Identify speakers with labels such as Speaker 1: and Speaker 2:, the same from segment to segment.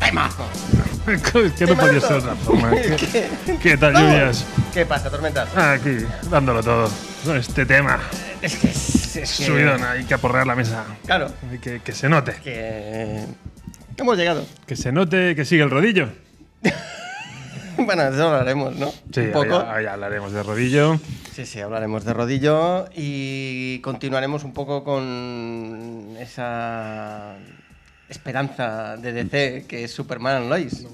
Speaker 1: ¡Temazo!
Speaker 2: ¿Qué no podía ser de otra forma? ¿Qué,
Speaker 1: ¿Qué?
Speaker 2: qué tal,
Speaker 1: Vamos.
Speaker 2: lluvias?
Speaker 1: ¿Qué pasa, tormentas?
Speaker 2: Aquí, dándolo todo. Con Este tema.
Speaker 1: Es que. Es, es que-
Speaker 2: Subidón, hay que aporrear la mesa.
Speaker 1: Claro,
Speaker 2: Hay Que, que se note.
Speaker 1: que. Hemos llegado.
Speaker 2: Que se note que sigue el rodillo.
Speaker 1: Bueno, de eso hablaremos, ¿no?
Speaker 2: Sí,
Speaker 1: Un poco.
Speaker 2: ahora ya hablaremos de rodillo.
Speaker 1: Sí, sí, hablaremos de rodillo y continuaremos un poco con esa esperanza de DC que es Superman Lois.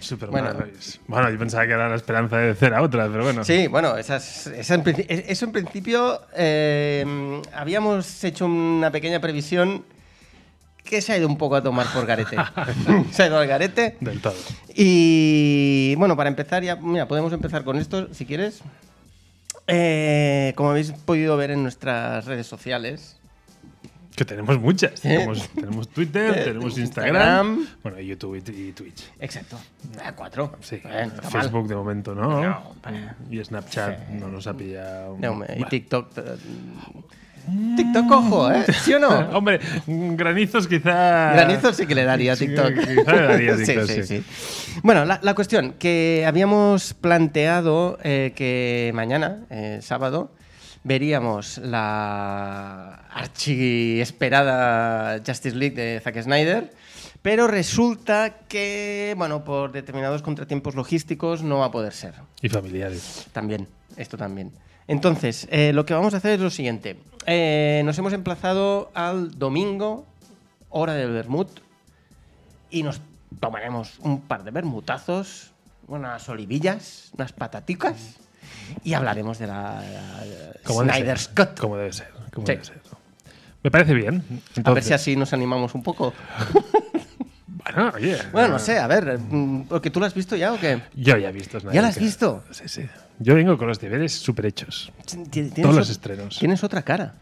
Speaker 2: Superman.
Speaker 1: Bueno.
Speaker 2: Lois. Bueno, yo pensaba que era la esperanza de cera a otra, pero bueno.
Speaker 1: Sí, bueno, esa es- esa en princi- e- eso en principio eh, habíamos hecho una pequeña previsión que se ha ido un poco a tomar por garete. se ha ido al garete.
Speaker 2: Del todo.
Speaker 1: Y bueno, para empezar ya, mira, podemos empezar con esto, si quieres. Eh, como habéis podido ver en nuestras redes sociales,
Speaker 2: Que tenemos muchas.
Speaker 1: ¿Eh?
Speaker 2: Tenemos, tenemos Twitter,
Speaker 1: Eh,
Speaker 2: tenemos
Speaker 1: tenemos
Speaker 2: Instagram,
Speaker 1: Instagram.
Speaker 2: Bueno, YouTube y, y Twitch.
Speaker 1: Exacto. A cuatro.
Speaker 2: Sí.
Speaker 1: Eh, no está mal.
Speaker 2: Facebook de momento no.
Speaker 1: No, para-
Speaker 2: y Snapchat no nos ha pillado.
Speaker 1: No, hombre, y
Speaker 2: Bueno.
Speaker 1: TikTok. eh, TikTok, ojo, ¿eh? ¿Sí o no?
Speaker 2: Hombre, granizos quizá.
Speaker 1: Granizo sí que le daría a TikTok.
Speaker 2: quizá le daría a TikTok,
Speaker 1: sí,
Speaker 2: sí.
Speaker 1: sí, sí. Bueno, la, la cuestión, que habíamos planteado eh, que mañana, eh, sábado, veríamos la archiesperada Justice League de Zack Snyder, pero resulta que, bueno, por determinados contratiempos logísticos no va a poder ser.
Speaker 2: Y familiares.
Speaker 1: También, esto también. Entonces, eh, lo que vamos a hacer es lo siguiente. Eh, nos hemos emplazado al domingo, hora del vermut, y nos tomaremos un par de bermutazos, unas olivillas, unas pataticas, y hablaremos de la,
Speaker 2: Como debe
Speaker 1: Snyder
Speaker 2: ser,
Speaker 1: Scott.
Speaker 2: Como debe ser. como
Speaker 1: Sí.
Speaker 2: debe ser. Me parece bien.
Speaker 1: a ver
Speaker 2: Entonces,
Speaker 1: si así nos animamos un poco.
Speaker 2: Bueno, oye.
Speaker 1: Bueno, no sé, a ver, mm, porque tú lo has visto ya o qué.
Speaker 2: Yo ya he visto Snyder
Speaker 1: ¿Ya la has
Speaker 2: Cut.
Speaker 1: visto?
Speaker 2: Sí, sí. Yo vengo con los deberes súper hechos.
Speaker 1: Tienes
Speaker 2: Todos los
Speaker 1: ot-
Speaker 2: estrenos.
Speaker 1: Tienes otra cara.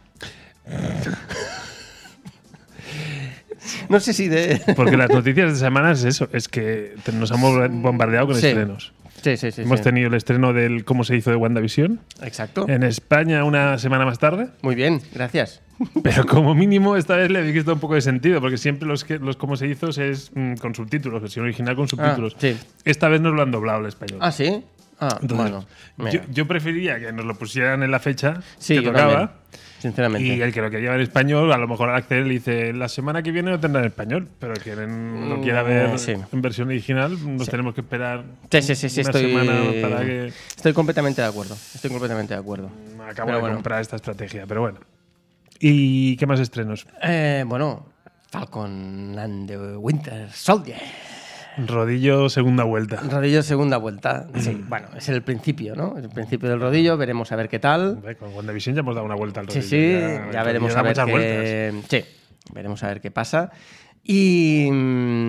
Speaker 1: no sé si de.
Speaker 2: Porque las noticias de semana es eso, es que te- nos hemos bombardeado con
Speaker 1: Sí.
Speaker 2: estrenos.
Speaker 1: Sí, sí, sí. Oh.
Speaker 2: hemos
Speaker 1: sí.
Speaker 2: tenido el estreno del cómo se hizo de WandaVision.
Speaker 1: Exacto.
Speaker 2: En España una semana más tarde,
Speaker 1: Muy bien, gracias.
Speaker 2: pero como mínimo esta vez le habéis visto un poco de sentido, porque siempre los, que, los cómo se hizo es mm, con subtítulos, versión original con subtítulos.
Speaker 1: Ah, sí.
Speaker 2: Esta vez nos lo han doblado al español.
Speaker 1: Ah, sí. Ah,
Speaker 2: Entonces,
Speaker 1: bueno.
Speaker 2: yo,
Speaker 1: mira.
Speaker 2: yo preferiría que nos lo pusieran en la fecha
Speaker 1: sí,
Speaker 2: que
Speaker 1: yo
Speaker 2: tocaba.
Speaker 1: también, Sinceramente.
Speaker 2: Y el que lo quería ver en español, a lo mejor al acceder le dice, la semana que viene lo tendrá en español, pero el que en- lo quiera
Speaker 1: Mm,
Speaker 2: ver
Speaker 1: sí.
Speaker 2: en versión original, nos tenemos que esperar
Speaker 1: Sí, sí, sí, sí,
Speaker 2: una
Speaker 1: estoy.
Speaker 2: semana para que
Speaker 1: Estoy completamente de acuerdo. Estoy completamente de acuerdo.
Speaker 2: acabo
Speaker 1: Pero
Speaker 2: de
Speaker 1: bueno.
Speaker 2: comprar esta estrategia, pero bueno. ¿Y qué más estrenos?
Speaker 1: Eh, bueno, Falcon and the Winter Soldier.
Speaker 2: Rodillo, segunda vuelta.
Speaker 1: Rodillo segunda vuelta. Sí, bueno, es el principio, ¿no? Es el principio del rodillo, veremos a ver qué tal.
Speaker 2: Hombre, Con WandaVision ya hemos dado una vuelta al
Speaker 1: Sí,
Speaker 2: rodillo.
Speaker 1: sí,
Speaker 2: ya-
Speaker 1: ya, veremos
Speaker 2: ya da
Speaker 1: a ver
Speaker 2: muchas vueltas.
Speaker 1: qué. Sí, veremos a ver qué pasa. Y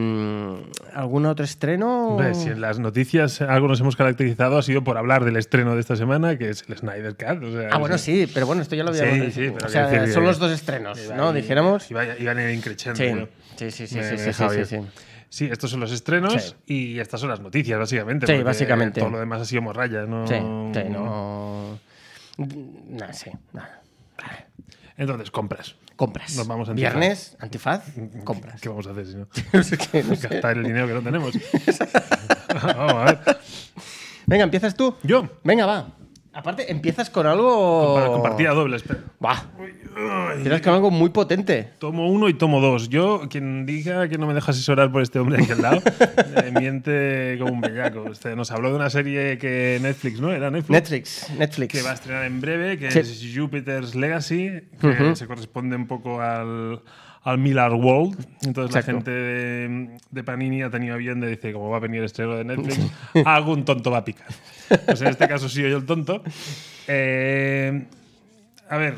Speaker 1: mm, algún otro estreno.
Speaker 2: Hombre, si en las noticias algo nos hemos caracterizado ha sido por hablar del estreno de esta semana, que es el Snyder Cut. o sea,
Speaker 1: Ah, bueno,
Speaker 2: es-
Speaker 1: sí, pero bueno, esto ya lo
Speaker 2: Sí,
Speaker 1: habíamos.
Speaker 2: sí, pero
Speaker 1: o sea,
Speaker 2: quiero decir
Speaker 1: son
Speaker 2: que-
Speaker 1: los dos estrenos,
Speaker 2: Iba
Speaker 1: ¿no?
Speaker 2: ahí-
Speaker 1: Dijéramos. Sí,
Speaker 2: Iba, iban a ir increchando,
Speaker 1: sí,
Speaker 2: ¿no?
Speaker 1: sí, sí, sí,
Speaker 2: Me-
Speaker 1: sí,
Speaker 2: me
Speaker 1: sí,
Speaker 2: dejaba
Speaker 1: sí,
Speaker 2: ir.
Speaker 1: sí.
Speaker 2: Sí, estos son los estrenos y estas son las noticias, básicamente.
Speaker 1: Sí,
Speaker 2: porque
Speaker 1: básicamente.
Speaker 2: Todo lo demás ha sido morralla, ¿no?
Speaker 1: Sí, sí, no. No sé, nada.
Speaker 2: Entonces, compras.
Speaker 1: Compras.
Speaker 2: Nos vamos a antifaz.
Speaker 1: Viernes, antifaz, compras.
Speaker 2: ¿Qué vamos a hacer si no?
Speaker 1: Es que no sé.
Speaker 2: Gastar el dinero que no tenemos. vamos a ver.
Speaker 1: Venga, empiezas tú.
Speaker 2: Yo,
Speaker 1: Venga, va. Aparte, empiezas con algo.
Speaker 2: para compartida doble, espera.
Speaker 1: Va. Empiezas con algo muy potente.
Speaker 2: Tomo uno y tomo dos. Yo, quien diga que no me deja asesorar por este hombre aquí al lado, eh, miente como un bellaco. Usted nos habló de una serie que Netflix, ¿no? Era Netflix.
Speaker 1: Netflix, Netflix.
Speaker 2: que va a estrenar en breve, que
Speaker 1: Sí.
Speaker 2: es Jupiter's Legacy, que
Speaker 1: Ujú.
Speaker 2: se corresponde un poco al, al Miller World. Entonces la
Speaker 1: Exacto.
Speaker 2: gente de, de Panini ha tenido bien de decir, como va a venir el estreno de Netflix, algún tonto va a picar. Pues en este caso sí yo el tonto. Eh, a ver,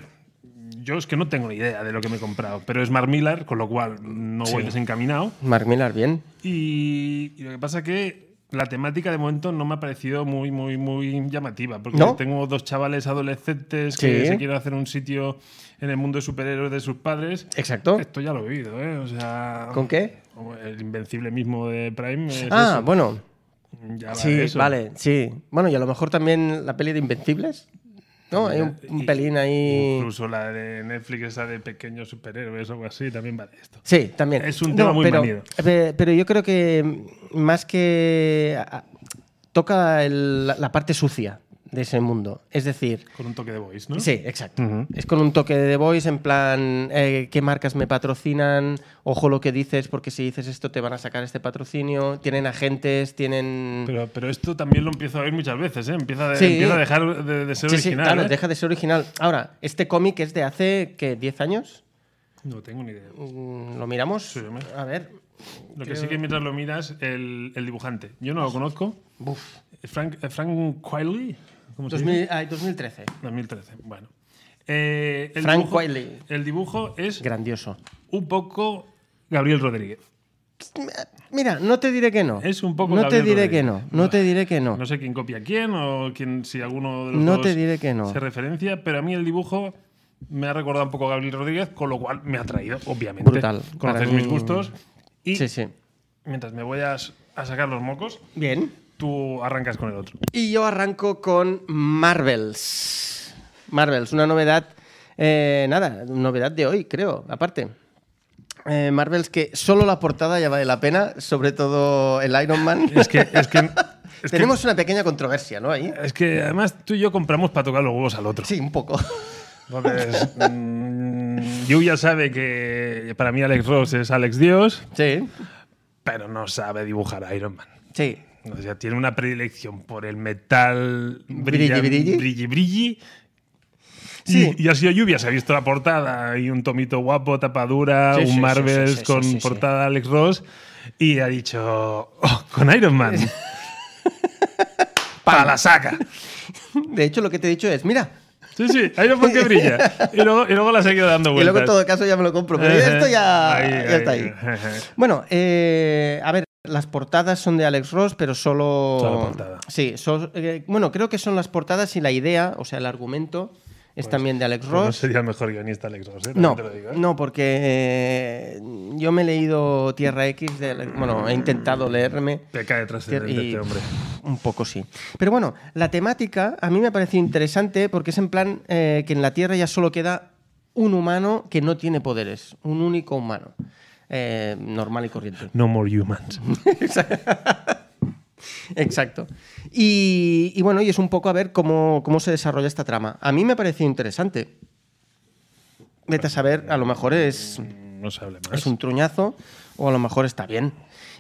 Speaker 2: yo es que no tengo ni idea de lo que me he comprado, pero es Mark Millar, con lo cual no voy
Speaker 1: Sí.
Speaker 2: desencaminado.
Speaker 1: Mark Millar, bien.
Speaker 2: Y, y lo que pasa que la temática de momento no me ha parecido muy, muy, muy llamativa. Porque
Speaker 1: ¿No?
Speaker 2: tengo dos chavales adolescentes que
Speaker 1: Sí.
Speaker 2: se quieren hacer un sitio en el mundo de superhéroes de sus padres.
Speaker 1: Exacto.
Speaker 2: Esto ya lo he vivido, ¿eh? O sea.
Speaker 1: ¿Con qué?
Speaker 2: como El invencible mismo de Prime. es
Speaker 1: Ah,
Speaker 2: eso.
Speaker 1: bueno.
Speaker 2: Ya va
Speaker 1: Sí,
Speaker 2: de eso.
Speaker 1: vale, sí. Bueno, y a lo mejor también la peli de Invencibles. ¿No? Hay un, un
Speaker 2: Y-
Speaker 1: pelín ahí.
Speaker 2: Incluso la de Netflix, esa de pequeños superhéroes o algo así, también va de esto.
Speaker 1: Sí, también.
Speaker 2: Es un tema muy
Speaker 1: pero,
Speaker 2: manido.
Speaker 1: pe- Pero yo creo que más que a- a- toca el- la, la parte sucia de ese mundo. Es decir,
Speaker 2: Con un toque de voice, ¿no?
Speaker 1: sí, exacto.
Speaker 2: Ujú.
Speaker 1: Es con un toque de The Voice en plan, eh, qué marcas me patrocinan, ojo lo que dices, porque si dices esto te van a sacar este patrocinio, tienen agentes, tienen...
Speaker 2: Pero, pero esto también lo empiezo a ver muchas veces, ¿eh? Empieza, de-
Speaker 1: Sí.
Speaker 2: empieza a dejar de, de ser
Speaker 1: Sí, sí,
Speaker 2: original.
Speaker 1: claro,
Speaker 2: ¿eh?
Speaker 1: deja de ser original. Ahora, este cómic es de hace, ¿qué? ¿10 años?
Speaker 2: No tengo ni idea.
Speaker 1: Mm, ¿Lo miramos?
Speaker 2: Sí, hombre.
Speaker 1: a ver.
Speaker 2: Lo que sí que mientras lo miras, el, el dibujante. Yo no lo conozco.
Speaker 1: Buf.
Speaker 2: Frank, eh, Frank Quiley. ¿Cómo se
Speaker 1: 2000
Speaker 2: dice?
Speaker 1: ay, 2013.
Speaker 2: 2013. Bueno. Eh, el
Speaker 1: Frank
Speaker 2: dibujo,
Speaker 1: Quiley.
Speaker 2: El dibujo es
Speaker 1: Grandioso.
Speaker 2: un poco Gabriel Rodríguez.
Speaker 1: Mira, no te diré que no.
Speaker 2: Es un poco
Speaker 1: No te
Speaker 2: Gabriel
Speaker 1: diré
Speaker 2: Rodríguez.
Speaker 1: que no. No te diré que no.
Speaker 2: No sé quién copia a quién o quién, si alguno de los
Speaker 1: No
Speaker 2: dos
Speaker 1: te diré que no.
Speaker 2: se referencia, pero a mí el dibujo me ha recordado un poco a Gabriel Rodríguez, con lo cual me ha traído, obviamente.
Speaker 1: Brutal.
Speaker 2: Conoces
Speaker 1: Para mí-
Speaker 2: mis gustos. Y
Speaker 1: Sí, sí.
Speaker 2: mientras me voy a, s- a sacar los mocos,
Speaker 1: Bien.
Speaker 2: tú arrancas con el otro.
Speaker 1: Y yo arranco con Marvels. Marvels, una novedad. eh, nada, novedad de hoy, creo, aparte. Eh, Marvels que solo la portada ya vale la pena, sobre todo el Iron Man.
Speaker 2: Es que, es que, es que-
Speaker 1: Tenemos una pequeña controversia, ¿no? Ahí.
Speaker 2: es que además tú y yo compramos para tocar los huevos al otro.
Speaker 1: Sí, un poco.
Speaker 2: Entonces, mm, Yu ya sabe que para mí Alex Ross es Alex Dios,
Speaker 1: Sí.
Speaker 2: pero no sabe dibujar a Iron Man.
Speaker 1: Sí.
Speaker 2: O sea, tiene una predilección por el metal
Speaker 1: Brilli,
Speaker 2: brilla-
Speaker 1: brilli.
Speaker 2: brilli, brilli. Y-
Speaker 1: Sí.
Speaker 2: Y, ha sido lluvia, se ha visto la portada. Hay un tomito guapo, tapadura,
Speaker 1: Sí, sí,
Speaker 2: un
Speaker 1: sí,
Speaker 2: Marvels
Speaker 1: sí, sí, sí,
Speaker 2: con
Speaker 1: sí, sí.
Speaker 2: portada Alex Ross. Y ha dicho, "Oh, con Iron Man. Para la saca.
Speaker 1: De hecho, lo que te he dicho es, mira,
Speaker 2: Sí, sí, Iron Man que brilla. Y luego, y luego la ha seguido dando
Speaker 1: y
Speaker 2: vueltas.
Speaker 1: luego en todo caso ya me lo compro, pero
Speaker 2: Ejé.
Speaker 1: esto ya,
Speaker 2: Ahí,
Speaker 1: ya está ahí.
Speaker 2: ejé.
Speaker 1: Bueno, eh, a ver, las portadas son de Alex Ross, pero solo...
Speaker 2: Solo portada.
Speaker 1: Sí, so- eh, bueno, creo que son las portadas y la idea, o sea, el argumento, es también de Alex
Speaker 2: Pues No
Speaker 1: Ross.
Speaker 2: sería el mejor guionista Alex Ross, ¿eh? También
Speaker 1: No,
Speaker 2: te lo digo, ¿eh?
Speaker 1: no, porque eh, yo me he leído Tierra X, de Alex- bueno, he intentado leerme
Speaker 2: Peca detrás de
Speaker 1: y-
Speaker 2: este hombre.
Speaker 1: Un poco sí. Pero bueno, la temática a mí me ha parecido interesante porque es en plan eh, que en la Tierra ya solo queda un humano que no tiene poderes, un único humano, eh, normal y corriente.
Speaker 2: No more humans.
Speaker 1: Exacto. Y, y bueno, y es un poco a ver cómo, cómo se desarrolla esta trama. A mí me ha parecido interesante. Vete a saber, a lo mejor es,
Speaker 2: Mm, No se hable más.
Speaker 1: es un truñazo o a lo mejor está bien.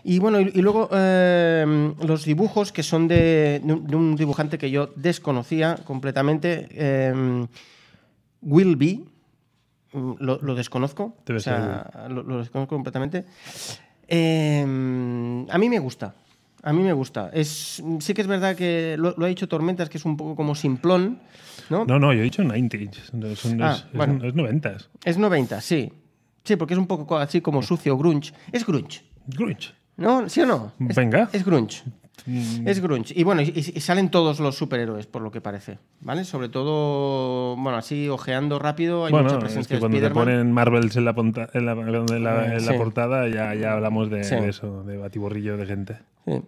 Speaker 1: Y bueno, y, y luego eh, los dibujos que son de, de un- de un dibujante que yo desconocía completamente, eh, Will B. Mm, Lo, lo desconozco.
Speaker 2: Debe
Speaker 1: o sea, lo, lo desconozco completamente. Eh, a mí me gusta. A mí me gusta. Es, sí que es verdad que lo, lo ha dicho Tormentas, que es un poco como simplón, ¿no?
Speaker 2: No, no, yo he dicho 90 No, son- no
Speaker 1: Ah,
Speaker 2: es,
Speaker 1: bueno.
Speaker 2: es 90s.
Speaker 1: Es 90, sí. Sí, porque es un poco co- así como sucio, grunge. Es grunge.
Speaker 2: Grunge.
Speaker 1: ¿No? ¿Sí o no? Es-
Speaker 2: Venga. Mm.
Speaker 1: Es grunge. Es grunge. Y bueno, y, y salen todos los superhéroes, por lo que parece. ¿Vale? Sobre todo, bueno, así ojeando rápido, hay mucha
Speaker 2: Bueno,
Speaker 1: presencia
Speaker 2: es que
Speaker 1: de
Speaker 2: cuando te
Speaker 1: Spider-Man.
Speaker 2: ponen Marvels en la, ponta- en la, en la- en la
Speaker 1: Sí.
Speaker 2: portada ya, ya hablamos de,
Speaker 1: Sí.
Speaker 2: de eso, de batiborrillo de gente.
Speaker 1: Sí.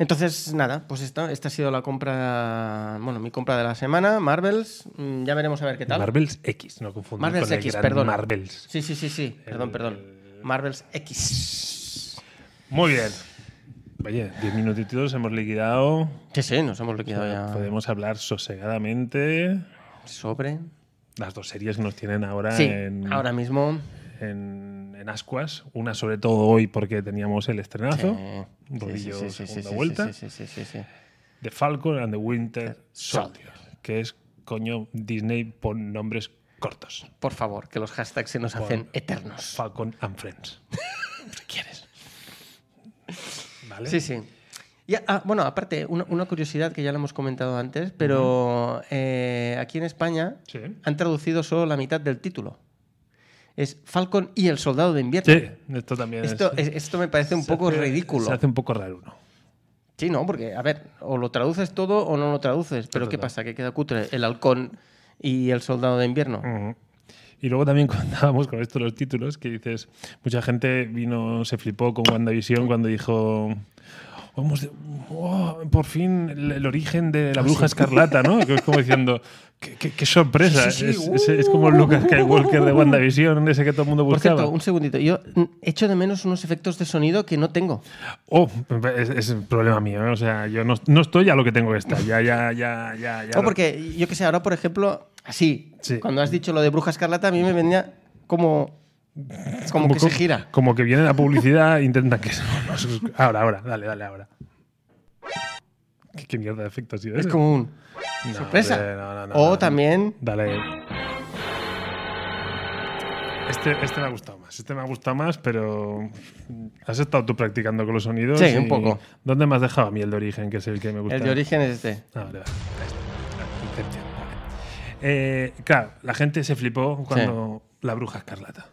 Speaker 1: Entonces, nada, pues esta, esta ha sido la compra, bueno, mi compra de la semana, Marvels. Mm, Ya veremos a ver qué tal.
Speaker 2: Marvels X, no confundir
Speaker 1: Marvels
Speaker 2: con el
Speaker 1: X,
Speaker 2: gran
Speaker 1: perdón.
Speaker 2: Marvels.
Speaker 1: Sí, sí, sí,
Speaker 2: Eh,
Speaker 1: sí. Perdón, perdón. Marvels X.
Speaker 2: Muy bien. Oye, 10 minutitos hemos liquidado.
Speaker 1: Sí, sí, nos hemos liquidado ya
Speaker 2: Podemos hablar sosegadamente
Speaker 1: sobre.
Speaker 2: las dos series que nos tienen ahora
Speaker 1: Sí,
Speaker 2: Ah, en,
Speaker 1: ahora mismo.
Speaker 2: en, en Ascuas. Una sobre todo hoy porque teníamos el estrenazo.
Speaker 1: Sí,
Speaker 2: Rodillo
Speaker 1: sí, sí, sí, sí,
Speaker 2: segunda
Speaker 1: sí,
Speaker 2: vuelta.
Speaker 1: sí, sí, sí, sí, sí.
Speaker 2: The Falcon and the Winter
Speaker 1: Soldier.
Speaker 2: Soldier. Que es, coño, Disney pon nombres cortos.
Speaker 1: Por favor, que los hashtags se nos hacen eternos.
Speaker 2: Falcon and Friends. Si quieres. ¿Vale?
Speaker 1: Sí, sí. Y, ah, bueno, aparte, una, una curiosidad que ya la hemos comentado antes, pero eh, aquí en España
Speaker 2: Sí.
Speaker 1: han traducido solo la mitad del título. Es Falcon y el soldado de invierno.
Speaker 2: Sí, esto también
Speaker 1: Esto,
Speaker 2: es.
Speaker 1: es- esto me parece un
Speaker 2: se
Speaker 1: poco
Speaker 2: hace-
Speaker 1: ridículo.
Speaker 2: Se hace un poco raro uno.
Speaker 1: Sí, no, porque, a ver, o lo traduces todo o no lo traduces. Pero ¿qué
Speaker 2: Total.
Speaker 1: pasa? Que queda cutre el halcón y el soldado de invierno.
Speaker 2: Ujú. Y luego también contábamos con esto los títulos, que dices, mucha gente vino, se flipó con WandaVision cuando dijo, vamos, de- oh, por fin el, el origen de la
Speaker 1: Ah,
Speaker 2: bruja escarlata, ¿no? Que es como diciendo, qué, qué- qué sorpresa,
Speaker 1: Sí, sí, sí. Uh.
Speaker 2: Es, es- es como el Lucas Skywalker de WandaVision, ese que todo el mundo
Speaker 1: Por
Speaker 2: buscaba.
Speaker 1: cierto, un segundito. Yo mm, echo de menos unos efectos de sonido que no tengo.
Speaker 2: Oh, es, es un problema mío, ¿eh? o sea, yo no, no estoy a lo que tengo que estar, ya, ya, ya, ya. ya
Speaker 1: No, Oh, porque yo que sé, ahora por ejemplo, así,
Speaker 2: Sí.
Speaker 1: cuando has dicho lo de Bruja Escarlata, a mí me venía como, como, que se
Speaker 2: co-
Speaker 1: gira.
Speaker 2: Como que viene la publicidad, e intentan que. Ahora, ahora, dale, dale, ahora. ¿Qué, qué mierda de efecto ha sido
Speaker 1: Es
Speaker 2: ese?
Speaker 1: como un
Speaker 2: No,
Speaker 1: sorpresa.
Speaker 2: hombre, no, no, no,
Speaker 1: o
Speaker 2: no.
Speaker 1: también,
Speaker 2: Dale. Este, este me ha gustado más, este me ha gustado más, pero has estado tú practicando con los sonidos.
Speaker 1: Sí, un
Speaker 2: y-
Speaker 1: poco.
Speaker 2: ¿Dónde me has dejado a mí el de origen, que es el que me gusta?
Speaker 1: el de origen es este.
Speaker 2: Ah, vale, vale. Ahí está. Inception, vale. Eh, claro, la gente se flipó cuando la bruja escarlata.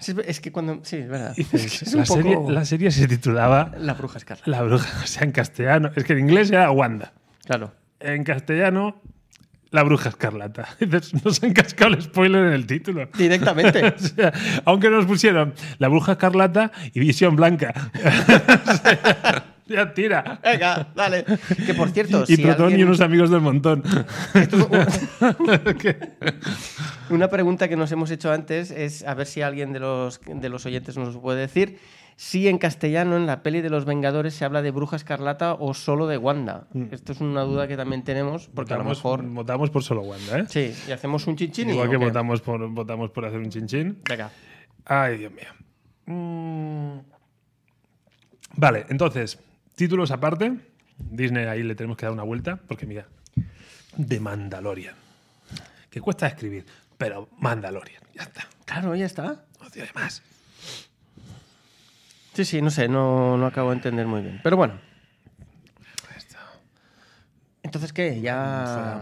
Speaker 1: Sí, es- es que cuando. Sí, es verdad.
Speaker 2: Y
Speaker 1: Es, que es
Speaker 2: la,
Speaker 1: un poco.
Speaker 2: serie, la serie se titulaba
Speaker 1: la Bruja Escarlata,
Speaker 2: La bruja, o sea, en castellano. Es que en inglés era Wanda.
Speaker 1: claro.
Speaker 2: En castellano, La bruja escarlata. Dices, Nos han cascado el spoiler en el título.
Speaker 1: Directamente.
Speaker 2: O sea, aunque nos pusieron La bruja escarlata y Visión blanca. O sea, ya tira.
Speaker 1: Venga, dale. Que por cierto,
Speaker 2: Y
Speaker 1: si
Speaker 2: Protón y
Speaker 1: alguien-
Speaker 2: unos amigos del montón.
Speaker 1: Una pregunta que nos hemos hecho antes es a ver si alguien de los, de los oyentes nos lo puede decir. Si en castellano en la peli de los Vengadores se habla de Bruja Escarlata o solo de Wanda. Esto es una duda que también tenemos, porque a lo
Speaker 2: Mm. Votamos-
Speaker 1: mejor.
Speaker 2: Votamos por solo Wanda, ¿eh?
Speaker 1: Sí, y hacemos un chinchín y.
Speaker 2: Igual que
Speaker 1: ¿o qué?
Speaker 2: votamos por, votamos por hacer un chinchín.
Speaker 1: Venga.
Speaker 2: Ay, Dios mío. Mm. Vale, entonces, títulos aparte. Disney ahí le tenemos que dar una vuelta, porque mira, de Mandalorian. Que cuesta escribir, pero Mandalorian, ya está.
Speaker 1: Claro, ya está.
Speaker 2: No tiene más.
Speaker 1: Sí, sí, no sé, no, no acabo de entender muy bien. Pero bueno. Entonces, ¿qué?
Speaker 2: Fuera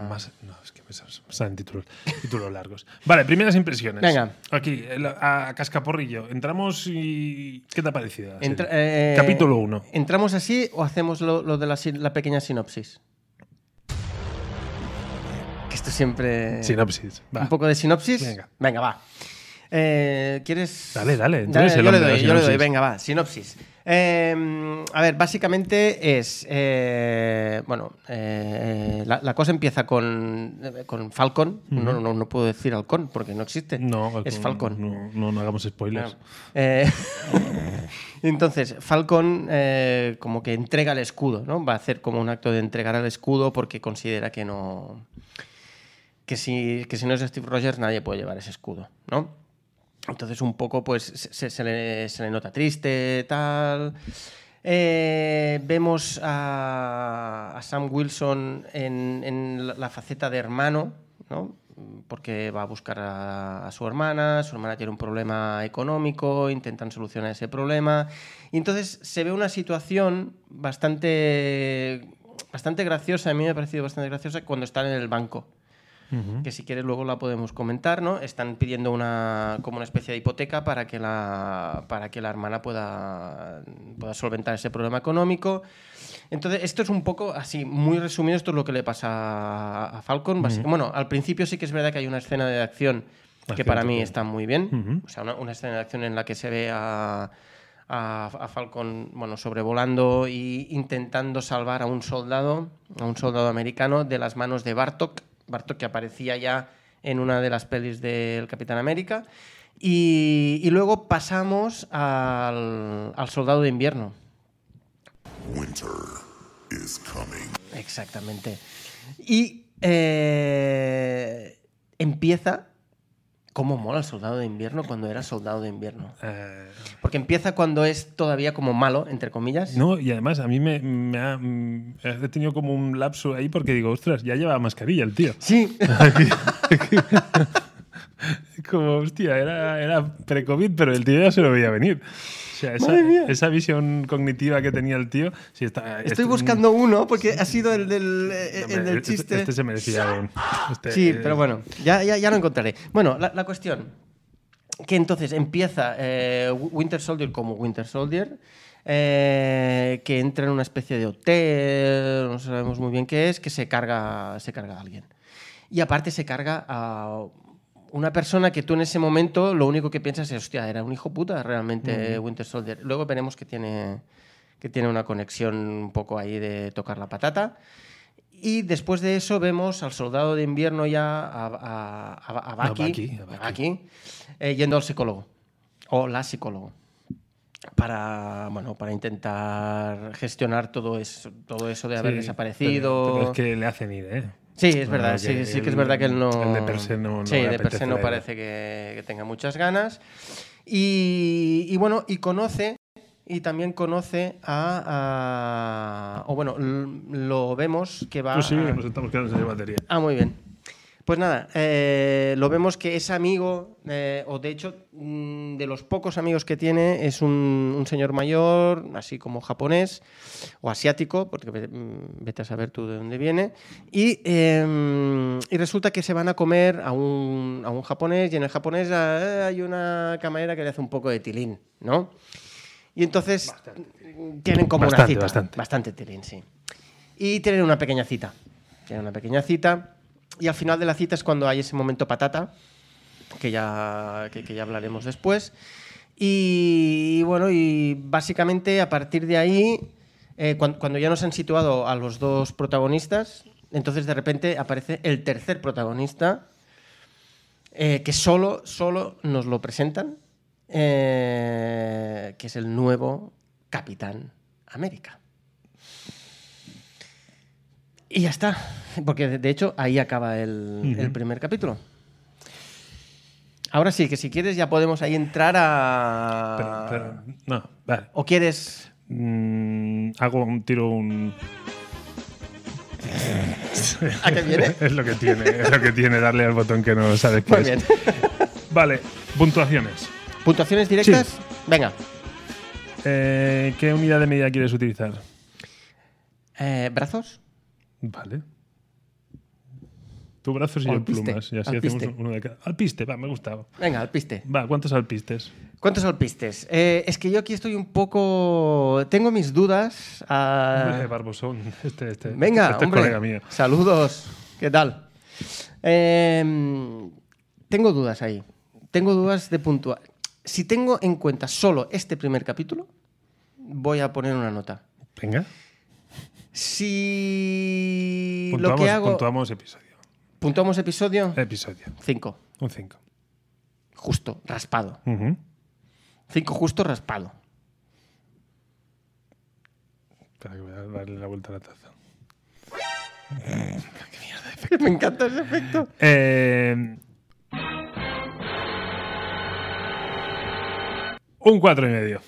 Speaker 1: Ya.
Speaker 2: más- no, es que me sal- me salen títulos, títulos largos. Vale, primeras impresiones.
Speaker 1: Venga.
Speaker 2: Aquí, el- a cascaporrillo. Entramos y. ¿Qué te ha parecido? la
Speaker 1: Entra-
Speaker 2: serie?
Speaker 1: eh,
Speaker 2: Capítulo 1.
Speaker 1: ¿Entramos así o hacemos lo, lo de la, sin- la pequeña sinopsis? Que esto siempre.
Speaker 2: Sinopsis. pues Va.
Speaker 1: eh, Un poco de sinopsis.
Speaker 2: Venga.
Speaker 1: va. Eh, ¿Quieres.?
Speaker 2: Dale, dale, tú eres el
Speaker 1: yo le
Speaker 2: hombre de
Speaker 1: doy,
Speaker 2: la
Speaker 1: yo le doy.
Speaker 2: sinopsis.
Speaker 1: Venga, va, sinopsis. Eh, a ver, básicamente es. eh, bueno, eh, la, la cosa empieza con, eh, con Falcon. no, no, no puedo decir halcón porque no existe.
Speaker 2: No,
Speaker 1: es Falcon.
Speaker 2: No, no, no hagamos spoilers.
Speaker 1: Eh, entonces, Falcon eh, como que entrega el escudo, ¿no? Va a hacer como un acto de entregar el escudo porque considera que no. Que si, que si no es Steve Rogers, nadie puede llevar ese escudo, ¿no? Entonces, un poco, pues, se, se- se le, se le nota triste, tal. Eh, vemos a, a Sam Wilson en, en la- la faceta de hermano, ¿no? Porque va a buscar a, a su hermana, su hermana tiene un problema económico, intentan solucionar ese problema. Y entonces se ve una situación bastante, bastante graciosa, a mí me ha parecido bastante graciosa, cuando están en el banco que si quieres luego la podemos comentar, ¿no? Están pidiendo una como una especie de hipoteca para que la para que la hermana pueda pueda solventar ese problema económico. Entonces, esto es un poco así, muy resumido, esto es lo que le pasa a- a Falcon. Basi- Bueno, al principio sí que es verdad que hay una escena de acción que
Speaker 2: Acción
Speaker 1: para mí
Speaker 2: total.
Speaker 1: está muy bien.
Speaker 2: Ujú.
Speaker 1: O sea, una, una escena de acción en la que se ve a, a- a Falcon bueno, sobrevolando e intentando salvar a un soldado, a un soldado americano, de las manos de Bartok. Bartok que aparecía ya en una de las pelis del Capitán América. Y, y luego pasamos al, al soldado de invierno.
Speaker 3: Winter is coming.
Speaker 1: Exactamente. Y eh, empieza. ¿Cómo mola el soldado de invierno cuando era soldado de invierno?
Speaker 2: Eh,
Speaker 1: Porque empieza cuando es todavía como malo, entre comillas.
Speaker 2: no, y además a mí me, me ha. mm, He tenido como un lapso ahí porque digo, ostras, ya llevaba mascarilla el tío.
Speaker 1: Sí,
Speaker 2: Como, hostia, era, era pre-COVID, pero el tío ya se lo veía venir. sea, esa,
Speaker 1: Madre mía.
Speaker 2: esa visión cognitiva que tenía el tío. sí, está- este-
Speaker 1: Estoy buscando uno porque ha sido el del, eh,
Speaker 2: hombre,
Speaker 1: el del
Speaker 2: este-
Speaker 1: chiste.
Speaker 2: Este, se merecía un. este-
Speaker 1: Sí, pero bueno, ya, ya, ya lo encontraré. Bueno, la, la cuestión, que entonces empieza eh, Winter Soldier como Winter Soldier, eh, que entra en una especie de hotel, no sabemos muy bien qué es, que se carga, se carga a alguien. Y aparte se carga a una persona que tú en ese momento lo único que piensas es, hostia, era un hijo puta realmente Winter Soldier. Luego veremos que tiene, que tiene una conexión un poco ahí de tocar la patata. Y después de eso vemos al soldado de invierno ya, a, a, a- a Bucky,
Speaker 2: Bucky, a
Speaker 1: a Bucky, eh, yendo al psicólogo, o la psicólogo, para, bueno, para intentar gestionar todo eso, todo eso de haber
Speaker 2: Sí,
Speaker 1: desaparecido.
Speaker 2: Pero, pero es que le hacen ir, ¿eh?
Speaker 1: Sí, es verdad,
Speaker 2: Ah,
Speaker 1: sí,
Speaker 2: que
Speaker 1: sí que
Speaker 2: el-
Speaker 1: es verdad que él no.
Speaker 2: el de per se no- no
Speaker 1: sí,
Speaker 2: le
Speaker 1: de per
Speaker 2: apetece
Speaker 1: se no
Speaker 2: la idea.
Speaker 1: parece que, que tenga muchas ganas. Y, y bueno, y conoce, y también conoce a. a- o bueno, l- lo vemos que va.
Speaker 2: Pues sí,
Speaker 1: a-
Speaker 2: nos estamos quedando sin batería.
Speaker 1: Ah, muy bien. Pues nada, eh, lo vemos que es amigo, eh, o de hecho, mm, de los pocos amigos que tiene, es un, un señor mayor, así como japonés o asiático, porque ve- mm, vete a saber tú de dónde viene. Y, eh, y resulta que se van a comer a un, a un japonés, y en el japonés eh, hay una camarera que le hace un poco de tilín, ¿no? Y entonces tienen como
Speaker 2: Bastante,
Speaker 1: una cita.
Speaker 2: bastante.
Speaker 1: Bastante tilín, sí. Y tienen una pequeña cita. Tienen una pequeña cita. Y al final de la cita es cuando hay ese momento patata, que ya, que, que ya hablaremos después. Y, bueno, y básicamente a partir de ahí, eh, cuan- cuando, ya nos han situado a los dos protagonistas, entonces de repente aparece el tercer protagonista, eh, que solo, solo nos lo presentan, eh, que es el nuevo Capitán América. Y ya está, porque de de hecho ahí acaba el, el primer capítulo. Ahora sí, que si quieres ya podemos ahí entrar a...
Speaker 2: Pero- pero- no, vale.
Speaker 1: ¿O quieres...?
Speaker 2: Mm, hago un tiro, un.
Speaker 1: ¿A qué viene?
Speaker 2: es lo que tiene, es lo que tiene darle al botón que no sabes qué
Speaker 1: Muy
Speaker 2: es.
Speaker 1: bien.
Speaker 2: Vale, puntuaciones.
Speaker 1: ¿Puntuaciones directas? Venga.
Speaker 2: Eh, ¿Qué unidad de medida quieres utilizar?
Speaker 1: Eh, ¿Brazos?
Speaker 2: Vale. Tu brazo y
Speaker 1: O
Speaker 2: yo
Speaker 1: alpiste,
Speaker 2: plumas. Y así
Speaker 1: alpiste.
Speaker 2: hacemos uno de cada. Alpiste, va, me gusta.
Speaker 1: Venga, al piste.
Speaker 2: Va, ¿cuántos alpistes?
Speaker 1: ¿Cuántos alpistes? Eh, es que yo aquí estoy un poco... Tengo mis dudas. ah,
Speaker 2: Eh, Barbosón, este, este.
Speaker 1: Venga,
Speaker 2: este es
Speaker 1: hombre.
Speaker 2: colega mío.
Speaker 1: Saludos. ¿Qué tal? Eh, tengo dudas ahí. Tengo dudas de puntuar. Si tengo en cuenta solo este primer capítulo, voy a poner una nota.
Speaker 2: Venga.
Speaker 1: Si lo
Speaker 2: Puntuamos,
Speaker 1: que hago.
Speaker 2: puntuamos Eh. episodio.
Speaker 1: Puntuamos episodio
Speaker 2: Episodio.
Speaker 1: 5.
Speaker 2: Un 5.
Speaker 1: Justo, raspado. 5 justo, raspado.
Speaker 2: Espera que voy a darle la vuelta a la taza.
Speaker 1: Me encanta ese efecto.
Speaker 2: Eh, un 4 y medio.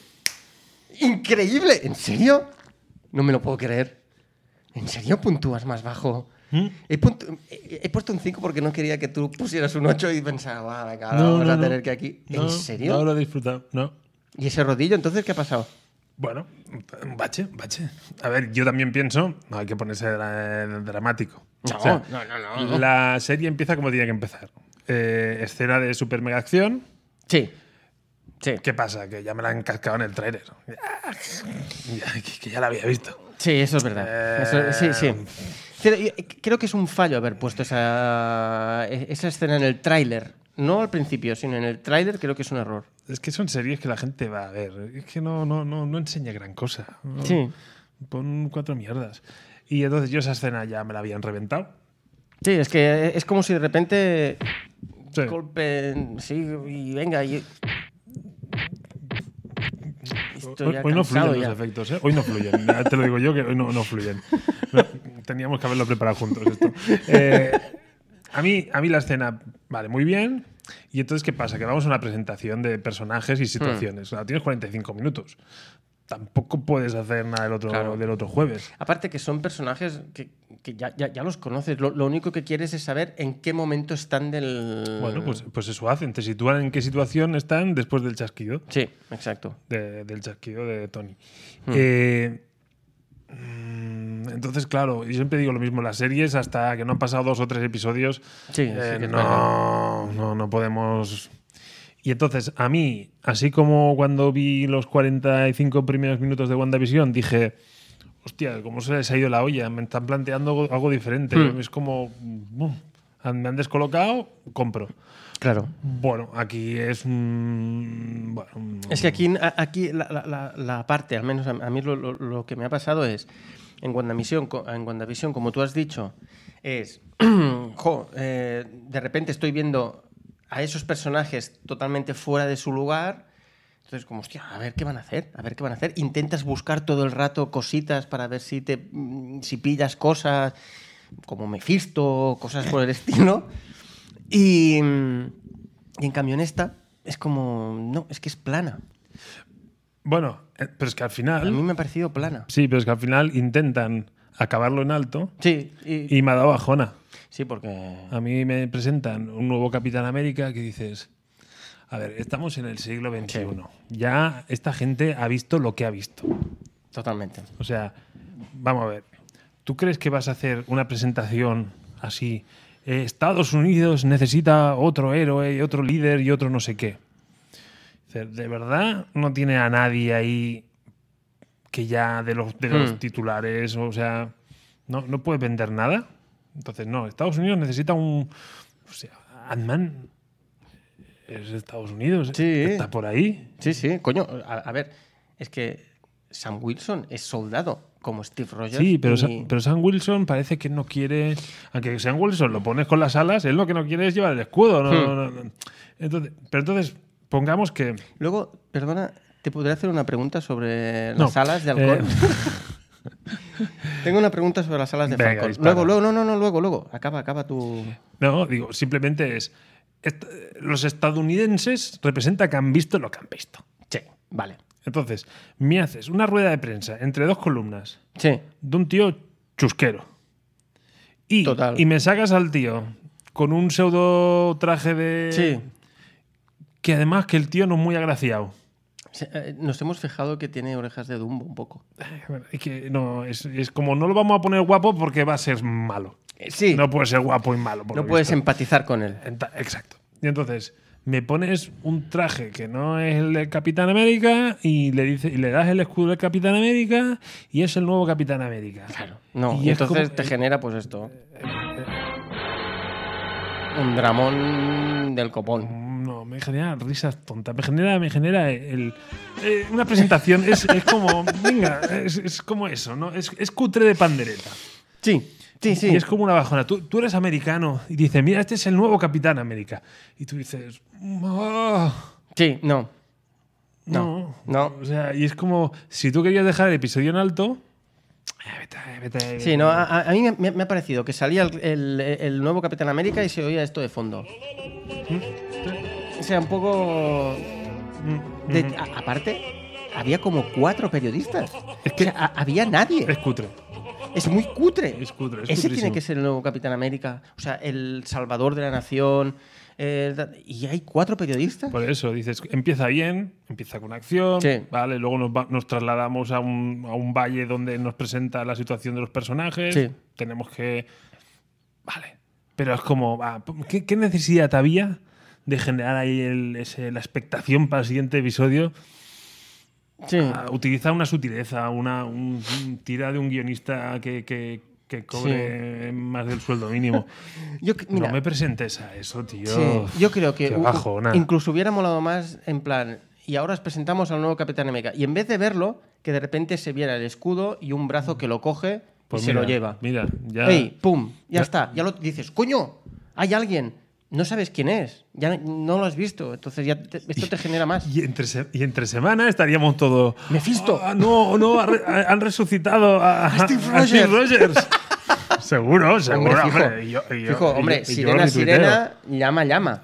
Speaker 1: ¡Increíble! ¿En serio? No me lo puedo creer. ¿En serio puntúas más bajo? He, puntu- he- he puesto un 5 porque no quería que tú pusieras un 8 y pensaba, "Ah, venga, ahora vamos a tener que aquí. ¿En
Speaker 2: No,
Speaker 1: serio?
Speaker 2: No lo he disfrutado, no.
Speaker 1: ¿Y ese rodillo entonces qué ha pasado?
Speaker 2: Bueno, un bache, un bache. A ver, yo también pienso, no hay que ponerse dra- dramático.
Speaker 1: No,
Speaker 2: no, no, no. La serie empieza como tiene que empezar. Eh, escena de super mega acción.
Speaker 1: Sí. Sí.
Speaker 2: ¿Qué pasa? Que ya me la han cascado en el tráiler. Ya, que- que ya la había visto.
Speaker 1: Sí, eso es verdad. Eso- sí, sí. Pero yo- creo que es un fallo haber puesto esa, e, esa escena en el tráiler. No al principio, sino en el tráiler creo que es un error.
Speaker 2: Es que son series que la gente va a ver. Es que no, no, no, no enseña gran cosa. No-
Speaker 1: Sí.
Speaker 2: Pon cuatro mierdas. Y entonces yo esa escena ya me la habían reventado.
Speaker 1: Sí, es que es como si de repente
Speaker 2: Sí.
Speaker 1: golpe, sí, y venga. Y... Estoy
Speaker 2: Hoy,
Speaker 1: ya
Speaker 2: hoy no
Speaker 1: cansado
Speaker 2: fluyen
Speaker 1: ya.
Speaker 2: los efectos, ¿eh? Hoy no fluyen. Ya Te lo digo yo que hoy no, no fluyen. No, teníamos que haberlo preparado juntos esto. Eh, a, mí, a mí la escena, vale, muy bien.
Speaker 1: Hmm.
Speaker 2: Y entonces, ¿qué pasa? Que vamos a una presentación de personajes y situaciones. Claro, tienes 45 minutos. tampoco puedes hacer nada del otro,
Speaker 1: Claro.
Speaker 2: del otro jueves.
Speaker 1: Aparte que son personajes que, que ya, ya- ya los conoces. Lo, lo único que quieres es saber en qué momento están del...
Speaker 2: Bueno, pues, pues eso hacen, te sitúan en qué situación están después del chasquido,
Speaker 1: Sí, exacto.
Speaker 2: de- del chasquido de Tony.
Speaker 1: Hmm.
Speaker 2: Eh, mm, entonces, claro, yo siempre digo lo mismo, las series hasta que no han pasado dos o tres episodios,
Speaker 1: Sí, sí
Speaker 2: eh,
Speaker 1: que es verdad.
Speaker 2: no, no, no podemos... Y entonces, a mí, así como cuando vi los 45 primeros minutos de WandaVision, dije, hostia, cómo se les ha ido la olla, me están planteando algo, algo diferente.
Speaker 1: Hmm.
Speaker 2: Es como, mm, me han descolocado, compro.
Speaker 1: Claro.
Speaker 2: Bueno, aquí es un. Bueno, un-
Speaker 1: Es que aquí, a- aquí la, la- la- la parte, al menos a, a mí lo, lo- lo que me ha pasado es, en WandaVision, co- en WandaVision, como tú has dicho, es, jo, eh, de repente estoy viendo a esos personajes totalmente fuera de su lugar. Entonces, como, hostia, a ver qué van a hacer, a ver qué van a hacer. Intentas buscar todo el rato cositas para ver si, te, mm, si pillas cosas, como Mephisto, cosas por el estilo. Y, mm, y en cambio en esta es como, no, es que es plana.
Speaker 2: Bueno, eh, pero es que al
Speaker 1: A mí
Speaker 2: final.
Speaker 1: me ha parecido plana.
Speaker 2: Sí, pero es que al final intentan acabarlo en alto
Speaker 1: Sí, y-
Speaker 2: y me ha dado bajona.
Speaker 1: sí, porque...
Speaker 2: A mí me presentan un nuevo Capitán América que dices. A ver, estamos en el siglo XXI. Ya esta gente ha visto lo que ha visto.
Speaker 1: Totalmente.
Speaker 2: O sea, vamos a ver. ¿Tú crees que vas a hacer una presentación así? eh, Estados Unidos necesita otro héroe y otro líder y otro no sé qué. Dice, ¿De verdad no tiene a nadie ahí que ya de los, de los
Speaker 1: Hmm.
Speaker 2: titulares? O sea, no, no puede vender nada. Entonces, no, Estados Unidos necesita un. O sea, Ant-Man es Estados Unidos.
Speaker 1: Sí.
Speaker 2: Está por ahí.
Speaker 1: Sí, sí, coño. A, a ver, es que Sam Wilson es soldado, como Steve Rogers.
Speaker 2: Sí, pero,
Speaker 1: y-
Speaker 2: Sa- pero Sam Wilson parece que no quiere. Aunque Sam Wilson lo pones con las alas, él lo que no quiere es llevar el escudo. ¿no?
Speaker 1: Hmm.
Speaker 2: No, no, no. Entonces, pero entonces, pongamos que.
Speaker 1: Luego, perdona, ¿te podría hacer una pregunta sobre
Speaker 2: No, eh.
Speaker 1: las alas de halcón? Tengo una pregunta sobre las alas de
Speaker 2: Venga,
Speaker 1: halcón.
Speaker 2: dispara.
Speaker 1: Luego, luego, no, no, no, luego, luego. Acaba, acaba tu...
Speaker 2: No, digo, simplemente es. est- Los estadounidenses representa que han visto lo que han visto.
Speaker 1: Sí, vale.
Speaker 2: Entonces, me haces una rueda de prensa entre dos columnas
Speaker 1: Sí,
Speaker 2: de un tío chusquero. Y,
Speaker 1: Total.
Speaker 2: y me sacas al tío con un pseudo traje de.
Speaker 1: sí.
Speaker 2: Que además que el tío no es muy agraciado.
Speaker 1: Se- eh, Nos hemos fijado que tiene orejas de Dumbo un poco.
Speaker 2: Es que no, es, es como no lo vamos a poner guapo porque va a ser malo.
Speaker 1: Eh, Sí,
Speaker 2: No
Speaker 1: no,
Speaker 2: puede ser guapo y malo. por lo
Speaker 1: puedes em-
Speaker 2: visto.
Speaker 1: empatizar con él.
Speaker 2: Enta- Exacto. Y entonces me pones un traje que no es el del Capitán América y le dice, y le das el escudo del Capitán América y es el nuevo Capitán América. Claro.
Speaker 1: No, y entonces te genera pues esto. Un dramón del copón.
Speaker 2: No, me genera risas tontas. Me genera, me genera el, eh, una presentación. es, es como, venga, es, es como eso, ¿no? Es, es cutre de pandereta.
Speaker 1: Sí, sí, sí.
Speaker 2: Y es como una bajona. Tú, tú eres americano y dices, mira, este es el nuevo Capitán América. Y tú dices, "Ah,
Speaker 1: Sí, no.
Speaker 2: no,
Speaker 1: No, no.
Speaker 2: O sea, y es como, si tú querías dejar el episodio en alto, "Ah, vete, vete".
Speaker 1: Sí, no, ah. a- a, a mí me, me ha parecido que salía el, el- el nuevo Capitán América y se oía esto de fondo. O sea, un poco... mm, de- a- aparte, había como cuatro periodistas.
Speaker 2: Es que-
Speaker 1: O sea, a- había nadie.
Speaker 2: Es cutre.
Speaker 1: Es muy cutre.
Speaker 2: Es cutre, es
Speaker 1: Ese
Speaker 2: cutrísimo.
Speaker 1: tiene que ser el nuevo Capitán América. O sea, el salvador de la nación. el da- y hay cuatro periodistas.
Speaker 2: Por eso, dices, empieza bien, empieza con acción,
Speaker 1: Sí.
Speaker 2: ¿vale? Luego nos, va- nos trasladamos a un, a un valle donde nos presenta la situación de los personajes.
Speaker 1: Sí.
Speaker 2: Tenemos que... Vale. Pero es como, va, ¿qué, qué necesidad había de generar ahí el- ese- la expectación para el siguiente episodio?
Speaker 1: sí.
Speaker 2: Ah, Utiliza una sutileza, una un- un tira de un guionista que, que- que cobre más del sueldo mínimo.
Speaker 1: Yo, que- mira,
Speaker 2: no me presentes a eso, tío.
Speaker 1: sí, yo creo que
Speaker 2: Qué
Speaker 1: u- u-
Speaker 2: bajona.
Speaker 1: incluso hubiera molado más en plan. Y ahora os presentamos al nuevo Capitán América. Y en vez de verlo, que de repente se viera el escudo y un brazo que lo coge
Speaker 2: Pues mira,
Speaker 1: y se lo lleva.
Speaker 2: Mira, ya...
Speaker 1: ¡Ey! ¡Pum! Ya,
Speaker 2: Ya.
Speaker 1: está. Ya lo dices. ¡Coño! Hay alguien. No sabes quién es. Ya no lo has visto. Entonces ya te- esto te genera más.
Speaker 2: Y entre, se- y entre semana estaríamos todos.
Speaker 1: Mephisto.
Speaker 2: "Ah, no, no, ha re- ha- han resucitado a,
Speaker 1: Steve
Speaker 2: a Steve
Speaker 1: Rogers".
Speaker 2: Rogers. Seguro, seguro.
Speaker 1: Hombre, fijo,
Speaker 2: hombre, y yo- y yo-
Speaker 1: Fijo,
Speaker 2: y yo-
Speaker 1: hombre,
Speaker 2: y yo
Speaker 1: sirena,
Speaker 2: lo retuiteo.
Speaker 1: sirena, llama, llama.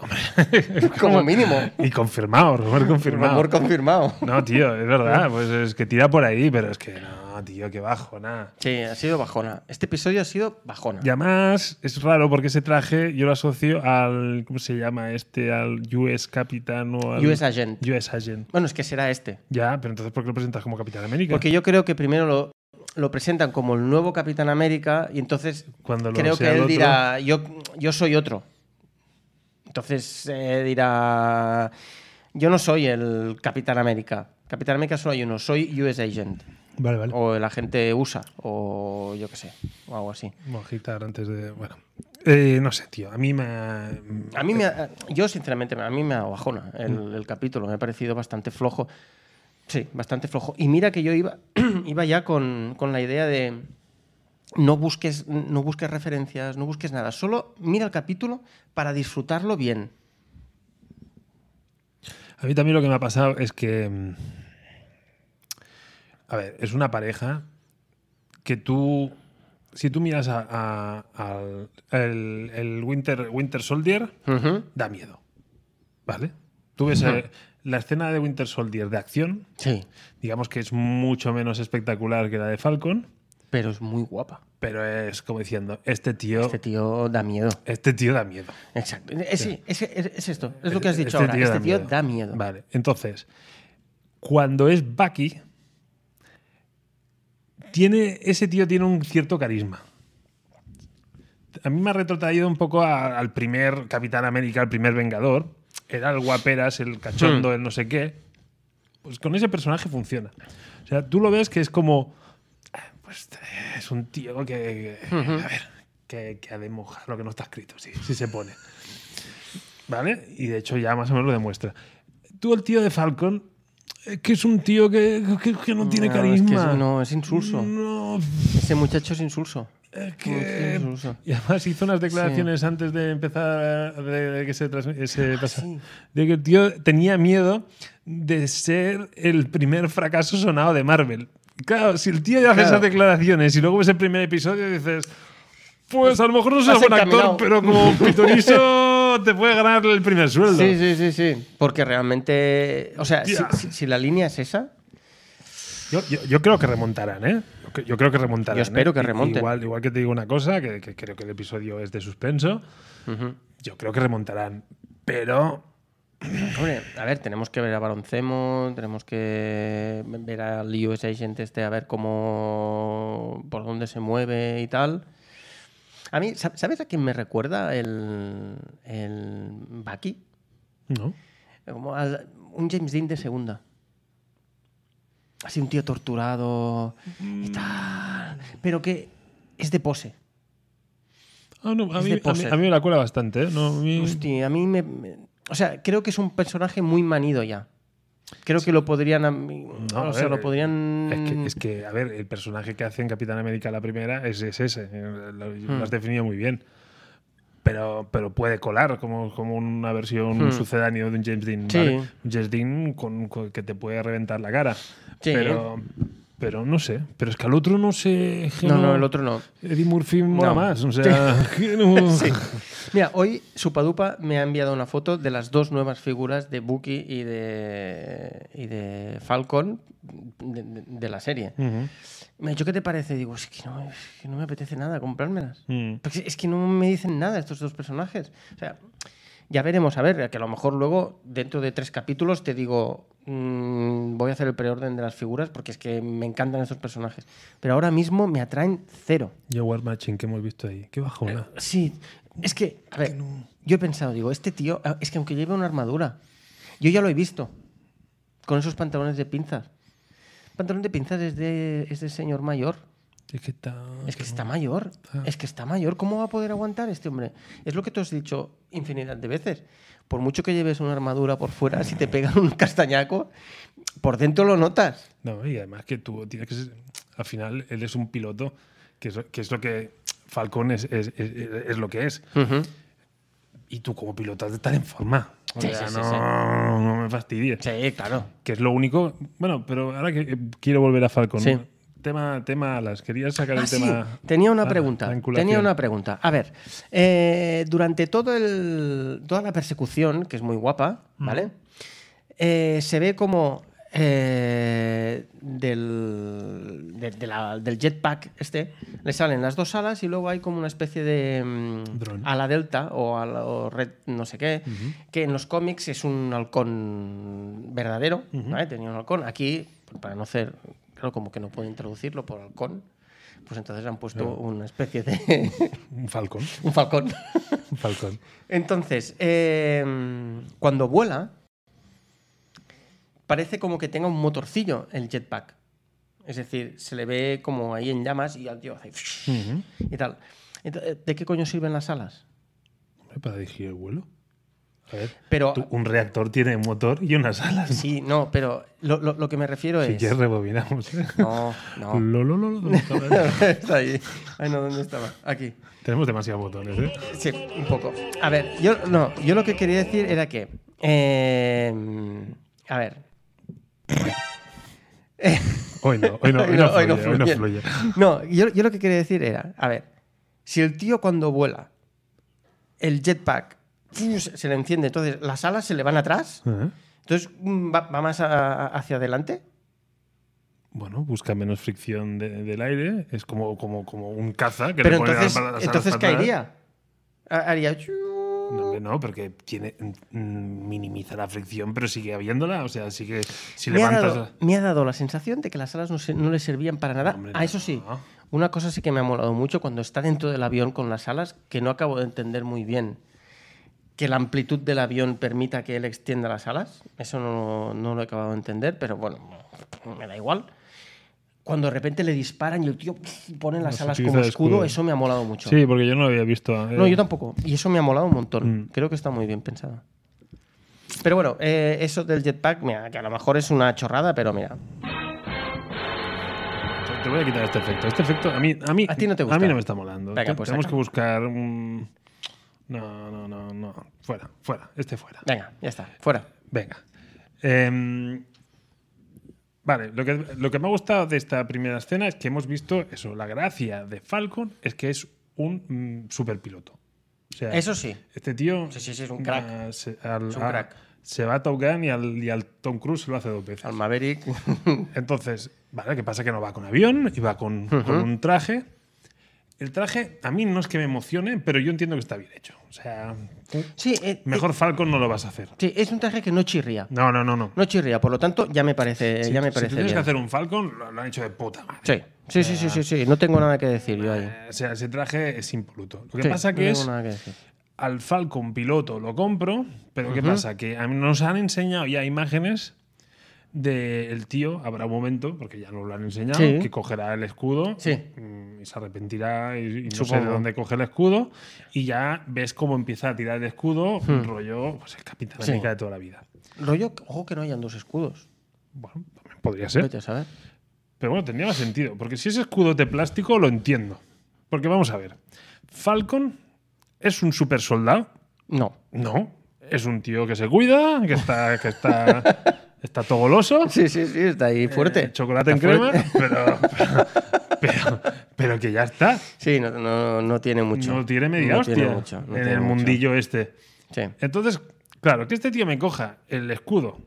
Speaker 1: Como mínimo.
Speaker 2: Y confirmado, rumor confirmado.
Speaker 1: Rumor confirmado.
Speaker 2: No, tío, es verdad. Pues es que tira por ahí, pero es que no, tío, que bajo, nada.
Speaker 1: Sí, ha sido bajona. Este episodio ha sido bajona.
Speaker 2: Y además es raro porque ese traje yo lo asocio al. ¿Cómo se llama este? Al US Capitán o al.
Speaker 1: US Agent.
Speaker 2: US Agent.
Speaker 1: Bueno, es que será este.
Speaker 2: Ya, pero entonces ¿por qué lo presentas como Capitán América?
Speaker 1: Porque yo creo que primero lo, lo presentan como el nuevo Capitán América y entonces
Speaker 2: Cuando lo
Speaker 1: creo
Speaker 2: sea
Speaker 1: que
Speaker 2: el
Speaker 1: él
Speaker 2: otro-
Speaker 1: dirá, yo, yo soy otro. Entonces eh, dirá, yo no soy el Capitán América. Capitán América solo hay uno, soy US Agent.
Speaker 2: Vale, vale.
Speaker 1: O el agente USA, o yo qué sé, o algo así.
Speaker 2: Vamos a quitar antes de. Bueno. Eh, no sé, tío. A mí me. ha-
Speaker 1: A mí me ha- yo sinceramente a mí me ha dado bajona el,
Speaker 2: Mm.
Speaker 1: el capítulo, me ha parecido bastante flojo. Sí, bastante flojo. Y mira que yo iba, iba ya con, con la idea de no busques, no busques referencias, no busques nada, solo mira el capítulo para disfrutarlo bien.
Speaker 2: A mí también lo que me ha pasado es que. mm, A ver, es una pareja que tú. Si tú miras a- a- al el, el Winter, Winter Soldier, da miedo. ¿Vale? Tú ves eh, la escena de Winter Soldier de acción,
Speaker 1: Sí,
Speaker 2: digamos que es mucho menos espectacular que la de Falcon,
Speaker 1: pero es muy guapa.
Speaker 2: pero es como diciendo, este tío,
Speaker 1: Este
Speaker 2: este tío,
Speaker 1: tío da miedo.
Speaker 2: da miedo.
Speaker 1: Exacto. Es, sí, es, es- es esto, es lo que has
Speaker 2: Este
Speaker 1: dicho ahora.
Speaker 2: tío
Speaker 1: este tío da miedo.
Speaker 2: Vale, entonces, cuando es Bucky, tiene, ese tío tiene un cierto carisma. A mí me ha retrotraído un poco a- al primer Capitán América, al primer Vengador. Era el guaperas, el cachondo, el no sé qué. Pues con ese personaje funciona. O sea, tú lo ves que es como. ah, Pues eh, es un tío que. que- A ver, que, que ha de mojar lo que no está escrito, sí, sí se pone. ¿Vale? Y de hecho ya más o menos lo demuestra. Tú, el tío de Falcon, eh, que es un tío que, que- que no tiene
Speaker 1: No, es que es-
Speaker 2: carisma.
Speaker 1: no, es insulso.
Speaker 2: No,
Speaker 1: Ese muchacho es insulso.
Speaker 2: es
Speaker 1: Muchacho
Speaker 2: que.
Speaker 1: es insulso.
Speaker 2: Y además hizo unas declaraciones antes de empezar de, de que se, transmi- ese pasa-
Speaker 1: Ah, sí.
Speaker 2: de que el tío tenía miedo de ser el primer fracaso sonado de Marvel. Claro, si el tío ya hace
Speaker 1: Claro.
Speaker 2: esas declaraciones y luego ves el primer episodio y dices, pues a lo mejor no
Speaker 1: Has
Speaker 2: seas buen actor,
Speaker 1: encaminado".
Speaker 2: pero como pitonizo te puede ganar el primer sueldo.
Speaker 1: Sí, sí, sí, sí. Porque realmente. O sea, si,
Speaker 2: Hostia.
Speaker 1: si- si la línea es esa.
Speaker 2: Yo, yo- yo creo que remontarán, ¿eh? Yo, cre- yo creo que remontarán.
Speaker 1: Yo espero
Speaker 2: ¿eh?
Speaker 1: que
Speaker 2: I-
Speaker 1: remonten.
Speaker 2: Igual, igual que te digo una cosa, que, que creo que el episodio es de suspenso. Yo creo que remontarán. Pero
Speaker 1: Hombre, a ver, tenemos que ver a Baroncemo, tenemos que ver al US Agent este, a ver cómo. por dónde se mueve y tal. A mí, ¿sab- ¿sabes a quién me recuerda el. el. Bucky?
Speaker 2: No.
Speaker 1: Como al- un James Dean de segunda. Así un tío torturado y tal. Pero que es de pose.
Speaker 2: Ah, no, a,
Speaker 1: Es
Speaker 2: mí, a
Speaker 1: de
Speaker 2: mí-
Speaker 1: poser.
Speaker 2: a mí me la cuela bastante, ¿eh? No, a mí-
Speaker 1: Hostia, a mí me, me- O sea, creo que es un personaje muy manido ya. Creo que lo podrían. am-
Speaker 2: No, a
Speaker 1: o sea,
Speaker 2: ver,
Speaker 1: lo podrían.
Speaker 2: Es que, es que, a ver, el personaje que hace en Capitán América la primera es, es ese. eh, Lo,
Speaker 1: Hmm.
Speaker 2: lo has definido muy bien. Pero, pero puede colar como, como una versión un sucedáneo de un James Dean.
Speaker 1: Hmm. Sí.
Speaker 2: ¿vale? Un James Dean con, con- que te puede reventar la cara. Pero, pero no sé. Pero es que al otro no sé. que
Speaker 1: No, no, el otro no.
Speaker 2: Eddie Murphy mola
Speaker 1: No.
Speaker 2: más. O sea, que no-
Speaker 1: Mira, hoy Supadupa me ha enviado una foto de las dos nuevas figuras de Bucky y de, y de Falcon de, de- de la serie.
Speaker 2: Ujú.
Speaker 1: Me ha dicho, ¿qué te parece? Digo, es que no, es que no me apetece nada comprármelas.
Speaker 2: Mm.
Speaker 1: Porque es que no me dicen nada estos dos personajes. O sea, ya veremos, a ver, que a lo mejor luego, dentro de tres capítulos, te digo, mm, voy a hacer el preorden de las figuras porque es que me encantan estos personajes. Pero ahora mismo me atraen cero.
Speaker 2: Yo, War Machine, que hemos visto ahí. Qué bajona.
Speaker 1: Sí, es que, a ver, yo he pensado, digo, este tío, ah, es que aunque lleve una armadura, yo ya lo he visto, con esos pantalones de pinzas. Pantalón de pinzas es de, es de señor mayor.
Speaker 2: Es que está.
Speaker 1: Es que está mayor. Es que está mayor. ¿Cómo va a poder aguantar este hombre? Es lo que tú has dicho infinidad de veces. Por mucho que lleves una armadura por fuera, si te pegan un castañaco, por dentro lo notas.
Speaker 2: No, y además que tú tienes que ser- Al final, él es un piloto, que es, que es lo que. Falcón es, es- es- es lo que es. Y tú, como piloto, has de estar en forma. O
Speaker 1: Sí,
Speaker 2: sea,
Speaker 1: sí, sí,
Speaker 2: no,
Speaker 1: sí.
Speaker 2: no me fastidies.
Speaker 1: Sí, claro.
Speaker 2: Que es lo único. Bueno, pero ahora que eh, quiero volver a Falcon.
Speaker 1: Sí.
Speaker 2: tema, tema alas. Quería sacar
Speaker 1: Ah,
Speaker 2: el
Speaker 1: sí,
Speaker 2: tema.
Speaker 1: Tenía una
Speaker 2: Ah,
Speaker 1: pregunta.
Speaker 2: vinculación.
Speaker 1: Tenía una pregunta. A ver, eh, durante todo el, toda la persecución, que es muy guapa, ¿vale? Eh, se ve como eh, del, de- de la- del jetpack este le salen las dos alas y luego hay como una especie de mm,
Speaker 2: Dron.
Speaker 1: ala delta o a red no sé qué, que en los cómics es un halcón verdadero, ¿vale? Tenía un halcón. Aquí, para no ser, creo como que no pueden traducirlo por halcón, pues entonces han puesto una especie de...
Speaker 2: Un falcón.
Speaker 1: un falcón.
Speaker 2: Un falcón.
Speaker 1: Entonces, eh, cuando vuela, parece como que tenga un motorcillo el jetpack. Es decir, se le ve como ahí en llamas y al tío hace y tal. Ento- eh, ¿De qué coño sirven las alas?
Speaker 2: Hombre, Para dirigir el vuelo. A ver.
Speaker 1: Pero,
Speaker 2: tú- un reactor tiene un motor y unas alas. ¿no?
Speaker 1: sí, no, pero lo, lo- lo que me refiero
Speaker 2: Si
Speaker 1: es.
Speaker 2: quieres rebobinamos. ¿eh?
Speaker 1: Pues, No, no.
Speaker 2: Lo, lo, lo, lo, lo, a ver.
Speaker 1: Está ahí. Ay, no, ¿dónde estaba? Aquí.
Speaker 2: Tenemos demasiados botones, ¿eh?
Speaker 1: Sí, un poco. A ver, yo no, yo lo que quería decir era que. eh, a ver.
Speaker 2: Hoy no, hoy no, hoy no, fluye, hoy no
Speaker 1: fluye.
Speaker 2: fluye.
Speaker 1: No, yo, yo lo que quería decir era, a ver, si el tío cuando vuela, el jetpack ¡fiu! se se le enciende, entonces las alas se le van atrás,
Speaker 2: ¿Eh?
Speaker 1: entonces mm, va, va más a- hacia adelante.
Speaker 2: Bueno, busca menos fricción de- del aire. Es como, como, como un caza que
Speaker 1: Pero
Speaker 2: le pone las
Speaker 1: entonces,
Speaker 2: balas- las alas
Speaker 1: entonces
Speaker 2: para atrás.
Speaker 1: caería. Ha- Haría. ¡chiu!
Speaker 2: No, hombre, no, porque tiene, mm, minimiza la fricción, pero sigue habiéndola. O sea, sigue. Si
Speaker 1: Me ha,
Speaker 2: levantas.
Speaker 1: dado, me ha dado la sensación de que las alas no, se- no le servían para nada.
Speaker 2: Hombre,
Speaker 1: ah, eso sí.
Speaker 2: no.
Speaker 1: Una cosa sí que me ha molado mucho cuando está dentro del avión con las alas, que no acabo de entender muy bien. Que la amplitud del avión permita que él extienda las alas. Eso no, no lo he acabado de entender, pero bueno, me da igual. Cuando de repente le disparan y el tío pone las
Speaker 2: Las
Speaker 1: alas
Speaker 2: utiliza
Speaker 1: como
Speaker 2: de
Speaker 1: escudo,
Speaker 2: escudo.
Speaker 1: eso me ha molado mucho.
Speaker 2: Sí, porque yo no lo había visto. eh.
Speaker 1: No, yo tampoco. Y eso me ha molado un montón.
Speaker 2: Mm.
Speaker 1: Creo que está muy bien pensado. Pero bueno, eh, eso del jetpack, mira, que a lo mejor es una chorrada, pero mira.
Speaker 2: Te- Te voy a quitar este efecto. Este efecto a mí, a mí,
Speaker 1: A ti no te gusta.
Speaker 2: mí no me está molando.
Speaker 1: Venga,
Speaker 2: Te-
Speaker 1: pues
Speaker 2: Tenemos
Speaker 1: saca.
Speaker 2: que buscar un. No, no, no, no. Fuera, fuera. Este fuera.
Speaker 1: Venga, ya está, fuera.
Speaker 2: Venga. Em, vale, lo que, lo que me ha gustado de esta primera escena es que hemos visto eso. La gracia de Falcon es que es un mm, superpiloto. O sea,
Speaker 1: Eso sí.
Speaker 2: Este tío.
Speaker 1: Sí, sí, sí, es un crack.
Speaker 2: ah, se, al-
Speaker 1: Es un
Speaker 2: a-
Speaker 1: crack.
Speaker 2: se va a Top Gun y al, y al Tom Cruise se lo hace dos veces.
Speaker 1: Al Maverick.
Speaker 2: Entonces, vale, ¿qué pasa? Que no va con avión y va con, con un traje. El traje a mí no es que me emocione, pero yo entiendo que está bien hecho. O sea,
Speaker 1: sí, eh,
Speaker 2: mejor Falcon no lo vas a hacer.
Speaker 1: eh, sí, es un traje que no chirría.
Speaker 2: No, no, no, no.
Speaker 1: No chirría, por lo tanto, ya me parece, ya me
Speaker 2: Si tú
Speaker 1: parece
Speaker 2: tienes que
Speaker 1: bien.
Speaker 2: hacer un Falcon, lo, lo han hecho de puta madre.
Speaker 1: Sí. Sí, sí, sí, sí, sí, no tengo nada que decir yo ahí.
Speaker 2: Eh, O sea, ese traje es impoluto. Lo que
Speaker 1: Sí,
Speaker 2: pasa
Speaker 1: no
Speaker 2: que
Speaker 1: tengo
Speaker 2: es
Speaker 1: nada que decir.
Speaker 2: al Falcon piloto lo compro, pero ¿qué pasa? Que a mí nos han enseñado ya imágenes del tío, habrá un momento, porque ya nos lo han enseñado,
Speaker 1: Sí.
Speaker 2: que cogerá el escudo
Speaker 1: Sí.
Speaker 2: mm, y se arrepentirá y, y no sé de
Speaker 1: Supongo.
Speaker 2: dónde coge el escudo y ya ves cómo empieza a tirar el escudo, rollo, pues el Capitán
Speaker 1: Hmm. Sí.
Speaker 2: América de toda la vida.
Speaker 1: Rollo, ojo que no hayan dos escudos.
Speaker 2: Bueno, también podría ser.
Speaker 1: Vete a saber.
Speaker 2: Pero bueno, tendría más sentido, porque si es escudo de plástico lo entiendo. Porque vamos a ver, Falcon es un super soldado,
Speaker 1: No.
Speaker 2: no, es un tío que se cuida, que está, que está, está todo goloso.
Speaker 1: Sí, sí, sí, está ahí fuerte.
Speaker 2: eh, chocolate en
Speaker 1: Está
Speaker 2: crema,
Speaker 1: fuerte.
Speaker 2: pero, pero, pero- pero que ya está.
Speaker 1: Sí, no, no, no tiene mucho.
Speaker 2: No tiene media
Speaker 1: No
Speaker 2: hostia
Speaker 1: tiene mucho, no
Speaker 2: en
Speaker 1: tiene
Speaker 2: el
Speaker 1: mucho.
Speaker 2: mundillo este.
Speaker 1: Sí.
Speaker 2: Entonces, claro, que este tío me coja el escudo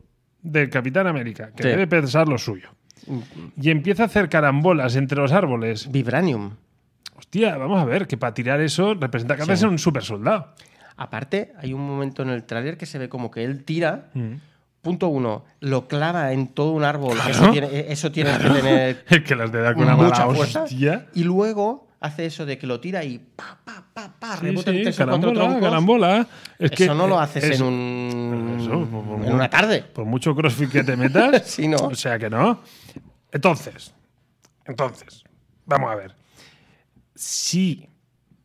Speaker 2: del Capitán América, que
Speaker 1: Sí.
Speaker 2: debe pensar lo suyo, y empieza a hacer carambolas entre los árboles
Speaker 1: Vibranium.
Speaker 2: Hostia, vamos a ver, que para tirar eso representa que haces un super soldado.
Speaker 1: Aparte, hay un momento en el tráiler que se ve como que él tira.
Speaker 2: Mm.
Speaker 1: Punto uno, lo clava en todo un árbol. Eso, tiene, eso tienes que tener
Speaker 2: El que las de dar con una
Speaker 1: mucha
Speaker 2: mala
Speaker 1: fuerza.
Speaker 2: hostia.
Speaker 1: Y luego hace eso de que lo tira y pa, pa, pa, pa,
Speaker 2: Sí,
Speaker 1: rebota en
Speaker 2: sí,
Speaker 1: tres o cuatro
Speaker 2: carambola,
Speaker 1: troncos.
Speaker 2: carambola. Es que
Speaker 1: eso no lo haces
Speaker 2: es-
Speaker 1: en un
Speaker 2: Eso, por- por-
Speaker 1: en una tarde.
Speaker 2: Por mucho crossfit que te metas.
Speaker 1: Sí, ¿no?
Speaker 2: O sea que no. Entonces, entonces, vamos a ver. Si,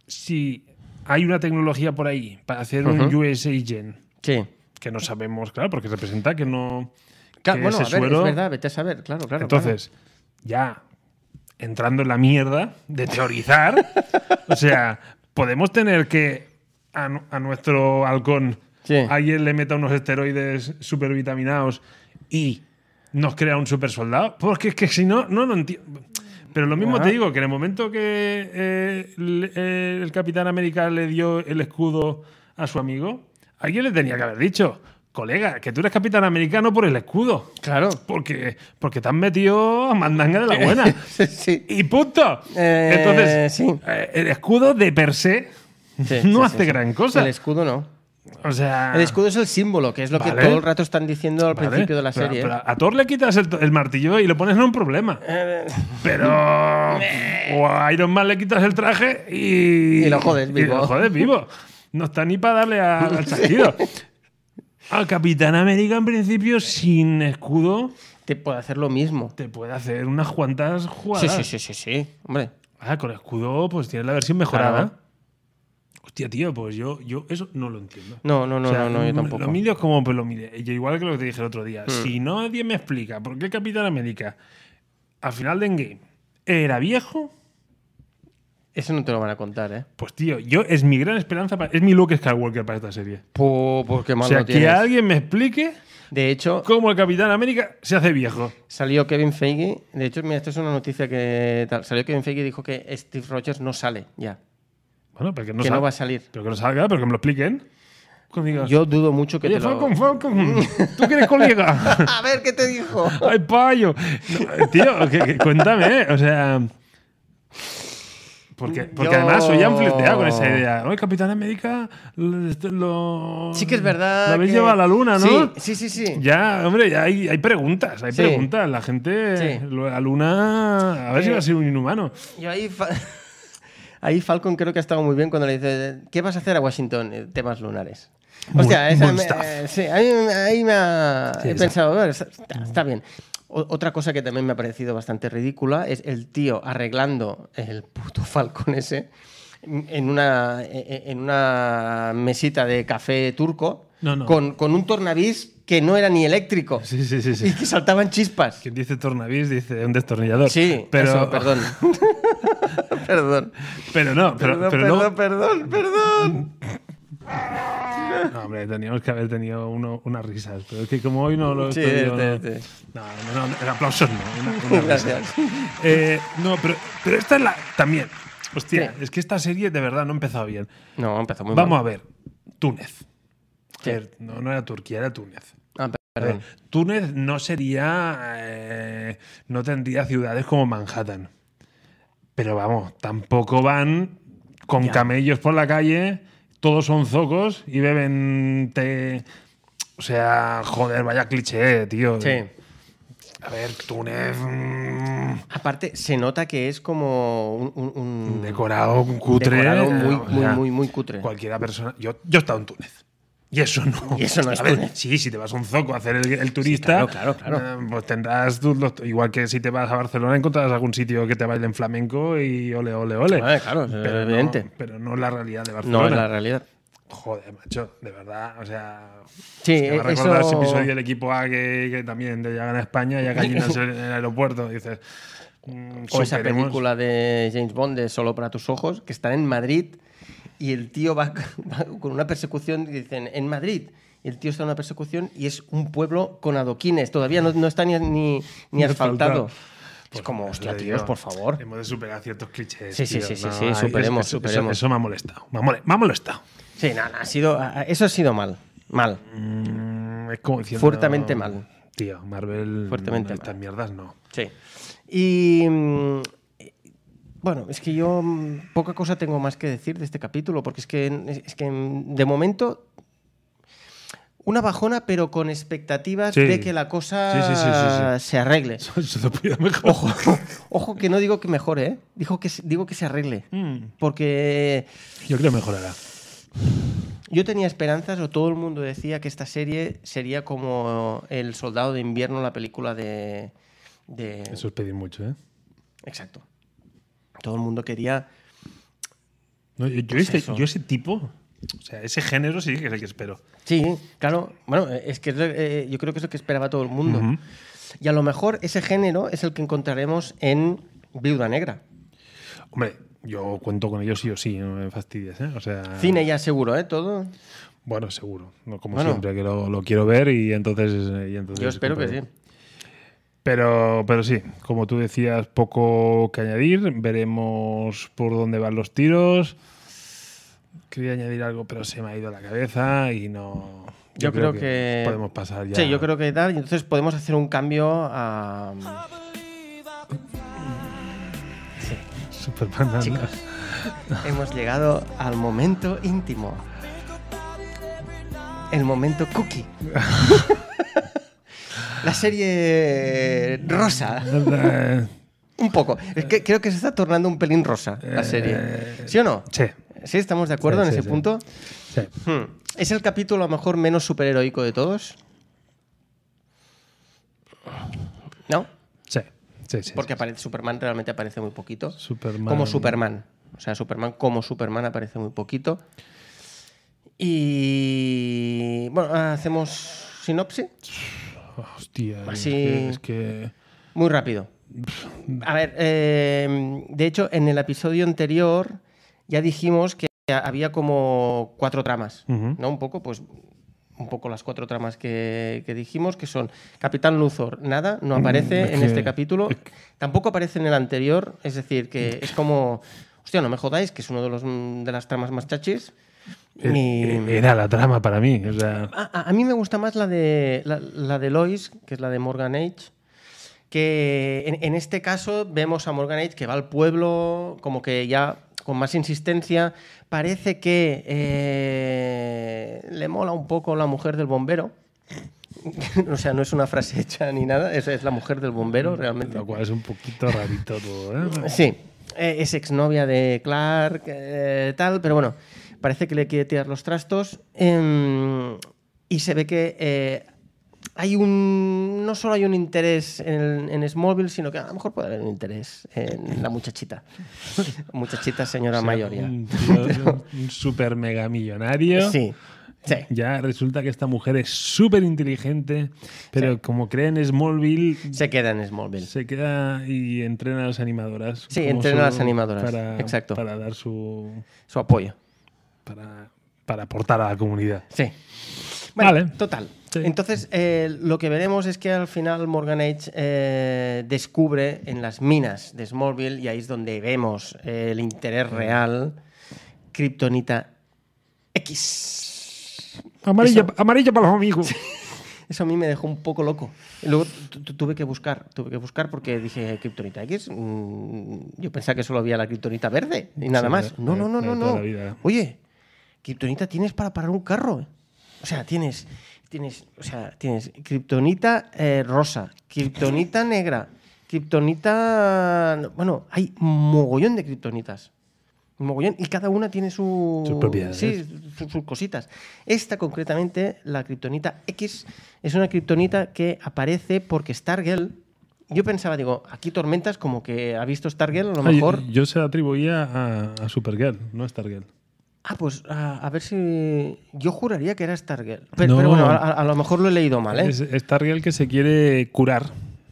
Speaker 2: si hay una tecnología por ahí para hacer un USA Gen,
Speaker 1: Sí.
Speaker 2: que no sabemos, claro, porque representa que no.
Speaker 1: Claro,
Speaker 2: que
Speaker 1: bueno, a
Speaker 2: ese
Speaker 1: ver,
Speaker 2: suero-
Speaker 1: es verdad, vete a saber, claro, claro.
Speaker 2: Entonces, ya entrando en la mierda de teorizar, o sea, podemos tener que a, nu- a nuestro halcón
Speaker 1: Sí.
Speaker 2: alguien le meta unos esteroides supervitaminados y nos crea un super soldado, porque es que si no, no lo entiendo. Pero lo mismo
Speaker 1: Ajá.
Speaker 2: te digo, que en el momento que eh, le- eh, el Capitán América le dio el escudo a su amigo, alguien le tenía que haber dicho, colega, que tú eres Capitán Americano por el escudo.
Speaker 1: Claro.
Speaker 2: Porque, porque te has metido a mandanga de la buena.
Speaker 1: sí.
Speaker 2: y punto.
Speaker 1: Eh,
Speaker 2: Entonces,
Speaker 1: sí.
Speaker 2: eh, el escudo de per se
Speaker 1: Sí,
Speaker 2: no
Speaker 1: sí,
Speaker 2: hace
Speaker 1: sí, sí.
Speaker 2: gran cosa.
Speaker 1: El escudo no.
Speaker 2: o sea,
Speaker 1: El escudo es el símbolo, que es lo que
Speaker 2: Vale.
Speaker 1: todo el rato están diciendo al
Speaker 2: vale,
Speaker 1: principio de la
Speaker 2: pero-
Speaker 1: serie.
Speaker 2: pero a Thor le quitas el, el martillo y lo pones en un problema.
Speaker 1: Eh,
Speaker 2: Pero. O a Iron Man le quitas el traje y.
Speaker 1: Y lo jodes
Speaker 2: Y
Speaker 1: vivo.
Speaker 2: lo jodes vivo. No está ni para darle a- al chasquido. Al Capitán América, en principio, sin escudo,
Speaker 1: te puede hacer lo mismo.
Speaker 2: te puede hacer unas cuantas
Speaker 1: Sí,
Speaker 2: jugadas.
Speaker 1: sí, sí, sí, sí. Hombre,
Speaker 2: Ah, con escudo, pues tienes la versión mejorada.
Speaker 1: Claro.
Speaker 2: Hostia, tío, pues yo, yo eso no lo entiendo.
Speaker 1: no, no, no,
Speaker 2: O sea,
Speaker 1: no, no, yo tampoco. Hmm.
Speaker 2: Lo mide es como pues, lo mide. Yo igual que lo que te dije el otro día. Si nadie me explica por qué Capitán América, al final de Endgame, era viejo,
Speaker 1: Eso no te lo van a contar, ¿eh?
Speaker 2: Pues tío, yo es mi gran esperanza, para- es mi Luke Skywalker para esta serie.
Speaker 1: Pues, qué
Speaker 2: O
Speaker 1: mal
Speaker 2: sea,
Speaker 1: lo
Speaker 2: que
Speaker 1: tienes.
Speaker 2: alguien me explique
Speaker 1: De hecho,
Speaker 2: cómo el Capitán América se hace viejo.
Speaker 1: salió Kevin Feige. De hecho, mira, esto es una noticia que tal. Salió Kevin Feige y dijo que Steve Rogers no sale ya.
Speaker 2: Bueno, pero que no,
Speaker 1: que
Speaker 2: sal-
Speaker 1: no va a salir.
Speaker 2: Pero que no salga, pero que me lo expliquen. Conmigo.
Speaker 1: Yo dudo mucho que
Speaker 2: Oye,
Speaker 1: te lo...
Speaker 2: Falcon, Falcon, ¿tú que eres colega?
Speaker 1: A ver, ¿qué te dijo?
Speaker 2: ¡Ay, payo! No, tío, que- que- cuéntame, ¿eh? o sea... Porque, porque
Speaker 1: Yo-
Speaker 2: además hoy han fleteado con esa idea. Oye, Capitán América, lo, este, lo-
Speaker 1: Sí que es verdad
Speaker 2: Lo habéis
Speaker 1: que-
Speaker 2: llevado a la luna, ¿no?
Speaker 1: Sí, sí, sí. sí.
Speaker 2: Ya, hombre, ya hay, hay preguntas, hay
Speaker 1: Sí.
Speaker 2: preguntas. La gente,
Speaker 1: Sí.
Speaker 2: lo- la luna, a ver
Speaker 1: Eh.
Speaker 2: si va a ser un inhumano.
Speaker 1: Yo ahí... Fa- Ahí Falcon creo que ha estado muy bien cuando le dice, ¿qué vas a hacer a Washington? Eh, Temas lunares. O
Speaker 2: Moon-
Speaker 1: sea, esa
Speaker 2: moon
Speaker 1: me-
Speaker 2: stuff.
Speaker 1: eh, sí, ahí, ahí me ha
Speaker 2: Sí,
Speaker 1: he
Speaker 2: esa.
Speaker 1: pensado, "Bueno, está, está bien. O- otra cosa que también me ha parecido bastante ridícula es el tío arreglando el puto Falcon ese en en una, en una mesita de café turco
Speaker 2: No, no.
Speaker 1: Con, con un tornavís que no era ni eléctrico
Speaker 2: Sí, sí, sí.
Speaker 1: y que saltaban chispas.
Speaker 2: Quien dice tornavís dice un destornillador.
Speaker 1: Sí,
Speaker 2: pero,
Speaker 1: eso, perdón. perdón.
Speaker 2: Pero no, pero,
Speaker 1: Perdón,
Speaker 2: pero
Speaker 1: perdón, perdón, perdón.
Speaker 2: no. No, hombre, teníamos que haber tenido uno- unas risas. Pero es que como hoy no lo
Speaker 1: Sí,
Speaker 2: estoy yo,
Speaker 1: este,
Speaker 2: no,
Speaker 1: este.
Speaker 2: no, no, no, aplausos no. una- una risa.
Speaker 1: Gracias.
Speaker 2: Eh, no, pero, pero esta es la. También. Hostia,
Speaker 1: Sí.
Speaker 2: es que esta serie de verdad no ha empezado bien.
Speaker 1: No, empezó muy
Speaker 2: Vamos
Speaker 1: mal.
Speaker 2: a ver. Túnez.
Speaker 1: Sí.
Speaker 2: Eh, No, no era Turquía, era Túnez.
Speaker 1: Ah, per-
Speaker 2: A ver,
Speaker 1: perdón.
Speaker 2: Túnez no sería. eh, no tendría ciudades como Manhattan. Pero vamos, tampoco van con camellos por la calle, todos son zocos y beben té. O sea, joder, vaya cliché, tío.
Speaker 1: Sí.
Speaker 2: A ver, Túnez. mm,
Speaker 1: Aparte, se nota que es como un, un- un
Speaker 2: decorado cutre.
Speaker 1: decorado
Speaker 2: eh,
Speaker 1: muy,
Speaker 2: o
Speaker 1: muy,
Speaker 2: sea,
Speaker 1: muy, muy cutre.
Speaker 2: Cualquiera persona. Yo, yo he estado en Túnez. Y eso no.
Speaker 1: Y eso no es
Speaker 2: a ver,
Speaker 1: Túnez.
Speaker 2: Sí, si te vas a un zoco a hacer el, el turista.
Speaker 1: claro, claro, claro.
Speaker 2: eh, pues tendrás. tus- los- igual que si te vas a Barcelona, encontrarás algún sitio que te bailen flamenco y ole, ole, ole.
Speaker 1: Vale, Ah, claro, eso es
Speaker 2: no-
Speaker 1: evidente.
Speaker 2: pero no la realidad de Barcelona.
Speaker 1: No es la realidad.
Speaker 2: Joder, macho, de verdad. O sea.
Speaker 1: Sí,
Speaker 2: es que me
Speaker 1: eh,
Speaker 2: recuerda
Speaker 1: eso-
Speaker 2: ese episodio del equipo A que, que también te llegan a España y a gallinas en el aeropuerto. Dices. mm,
Speaker 1: O esa
Speaker 2: superemos.
Speaker 1: película de James Bond de Solo para tus ojos, que están en Madrid y el tío va, va con una persecución y dicen, en Madrid. Y el tío está en una persecución y es un pueblo con adoquines. Todavía no, no está ni, ni, ni asfaltado.
Speaker 2: asfaltado.
Speaker 1: es como,
Speaker 2: Pues,
Speaker 1: hostia,
Speaker 2: le
Speaker 1: tíos,
Speaker 2: digo,
Speaker 1: por favor.
Speaker 2: Hemos de superar ciertos clichés.
Speaker 1: Sí, sí,
Speaker 2: tío,
Speaker 1: sí, sí,
Speaker 2: no,
Speaker 1: sí,
Speaker 2: ay,
Speaker 1: superemos,
Speaker 2: eso- eso-
Speaker 1: superemos.
Speaker 2: Eso, me ha molestado. Me ha mole- me ha molestado.
Speaker 1: Sí, nada, ha sido, ha- eso ha sido mal. Mal.
Speaker 2: Mm, es como diciendo.
Speaker 1: Fuertemente mal.
Speaker 2: Tío, Marvel.
Speaker 1: Fuertemente
Speaker 2: Estas
Speaker 1: mal.
Speaker 2: mierdas no.
Speaker 1: Sí. Y. mm, Bueno, es que yo mm, poca cosa tengo más que decir de este capítulo, porque es que, es que mm, de momento. Una bajona, pero con expectativas
Speaker 2: Sí.
Speaker 1: de que la cosa
Speaker 2: Sí, sí, sí, sí,
Speaker 1: se arregle.
Speaker 2: Eso lo pido mejor.
Speaker 1: Ojo, ojo que no digo que mejore, ¿eh? Dijo que, se- digo que se arregle.
Speaker 2: Mm,
Speaker 1: Porque
Speaker 2: yo creo que mejorará.
Speaker 1: yo tenía esperanzas, o todo el mundo decía que esta serie sería como El Soldado de Invierno, la película de. de
Speaker 2: Eso es pedir mucho, ¿eh?
Speaker 1: Exacto. Todo el mundo quería.
Speaker 2: No, yo, yo
Speaker 1: Pues
Speaker 2: este-
Speaker 1: eso.
Speaker 2: yo ese tipo. O sea, ese género sí que es el que espero.
Speaker 1: Sí, claro. Bueno, eh, es que es lo- eh, yo creo que es lo que esperaba todo el mundo.
Speaker 2: Ujú.
Speaker 1: Y a lo mejor ese género es el que encontraremos en Viuda Negra.
Speaker 2: Hombre, yo cuento con ellos sí o sí, no me fastidies, ¿eh? O sea.
Speaker 1: Cine ya seguro, ¿eh? Todo.
Speaker 2: Bueno, seguro. No, como
Speaker 1: Bueno.
Speaker 2: siempre, que lo, lo quiero ver y entonces. eh, y entonces
Speaker 1: Yo espero que sí.
Speaker 2: compraré. Pero, pero sí, como tú decías, poco que añadir. Veremos por dónde van los tiros. Quería añadir algo, pero se me ha ido la cabeza y no.
Speaker 1: Yo, creo, que,
Speaker 2: Podemos pasar ya.
Speaker 1: Sí, yo creo que tal. y Entonces podemos hacer un cambio a.
Speaker 2: Superman, anda.
Speaker 1: Chicos. Hemos llegado al momento íntimo. El momento cookie. La serie rosa.
Speaker 2: Eh,
Speaker 1: Un poco. Es que creo que se está tornando un pelín rosa la serie. ¿Sí o no?
Speaker 2: Eh, Sí,
Speaker 1: ¿Sí? ¿Estamos de acuerdo
Speaker 2: Sí,
Speaker 1: en
Speaker 2: sí,
Speaker 1: ese
Speaker 2: sí.
Speaker 1: punto?
Speaker 2: sí.
Speaker 1: Hmm. ¿Es el capítulo a lo mejor menos superheroico de todos? ¿No?
Speaker 2: Sí, sí, sí.
Speaker 1: Porque aparece Superman realmente aparece muy poquito.
Speaker 2: Superman.
Speaker 1: Como Superman. O sea, Superman como Superman aparece muy poquito. Y bueno, hacemos sinopsis
Speaker 2: Hostia,
Speaker 1: Así-
Speaker 2: es que. es
Speaker 1: muy rápido. A ver, eh, de hecho, en el episodio anterior ya dijimos que había como cuatro tramas,
Speaker 2: Ujú.
Speaker 1: ¿no? Un poco, pues, un poco las cuatro tramas que, que dijimos, que son Capitán Luthor, nada, no aparece
Speaker 2: Mm, es
Speaker 1: en
Speaker 2: que-
Speaker 1: este capítulo, tampoco aparece en el anterior, es decir, que es como, hostia, no me jodáis, que es uno de, los, de las tramas más chachis.
Speaker 2: que-
Speaker 1: Ni-
Speaker 2: eh, Era la trama para mí. O sea,
Speaker 1: a, a- a mí me gusta más la de, la, la de Lois, que es la de Morgan Age, que en, en este caso vemos a Morgan Age que va al pueblo como que ya con más insistencia. Parece que eh, le mola un poco la mujer del bombero. o sea, no es una frase hecha ni nada, es, es la mujer del bombero realmente.
Speaker 2: lo cual es un poquito rarito todo, ¿eh?
Speaker 1: Sí, eh, es exnovia de Clark, eh, tal, pero bueno, parece que le quiere tirar los trastos. em, y se ve que eh, hay un. No solo hay un interés en, en Smallville, sino que a lo mejor puede haber un interés en la muchachita. Muchachita, señora
Speaker 2: O sea,
Speaker 1: mayoría.
Speaker 2: Un, tío, un- un super mega millonario.
Speaker 1: Sí, sí.
Speaker 2: Ya resulta que esta mujer es súper inteligente, pero como crea en Smallville,
Speaker 1: Se queda en Smallville.
Speaker 2: se queda y entrena a las animadoras.
Speaker 1: Sí,
Speaker 2: como
Speaker 1: entrena a las
Speaker 2: su-
Speaker 1: animadoras,
Speaker 2: Para,
Speaker 1: exacto.
Speaker 2: Para dar su.
Speaker 1: Su apoyo.
Speaker 2: Para, para aportar a la comunidad.
Speaker 1: Sí. Bueno,
Speaker 2: Vale.
Speaker 1: Total.
Speaker 2: Sí.
Speaker 1: Entonces, eh, lo que veremos es que al final Morgan Edge eh, descubre en las minas de Smallville, y ahí es donde vemos eh, el interés real, Kryptonita X.
Speaker 2: Amarilla, amarilla para los amigos.
Speaker 1: Eso a mí me dejó un poco loco. Y luego tu- tu- tuve que buscar, tuve que buscar porque dije Kryptonita X. mm, yo pensaba que solo había la Kryptonita verde y nada
Speaker 2: Sí,
Speaker 1: más.
Speaker 2: la-
Speaker 1: No,
Speaker 2: la-
Speaker 1: no, no,
Speaker 2: la
Speaker 1: no,
Speaker 2: de toda
Speaker 1: no.
Speaker 2: la vida.
Speaker 1: Oye, Kryptonita tienes para parar un carro. eh. O sea, tienes, tienes, o sea, tienes Kryptonita eh, rosa, Kryptonita negra, Kryptonita, bueno, hay mogollón de Kryptonitas. Mogollón, y cada una tiene su,
Speaker 2: Sus propiedades.
Speaker 1: Sí, su- sus cositas. Esta concretamente, la kriptonita X, es una kriptonita que aparece porque Stargirl. Yo pensaba, digo, aquí tormentas como que ha visto Stargirl, a lo
Speaker 2: Ah, yo-
Speaker 1: mejor.
Speaker 2: Yo, se la atribuía a, a Supergirl, no a Stargirl.
Speaker 1: Ah, pues a, a ver si. Yo juraría que era Stargirl. Pero,
Speaker 2: No.
Speaker 1: pero bueno, a, a lo mejor lo he leído mal, ¿eh?
Speaker 2: Es es Stargirl que se quiere curar,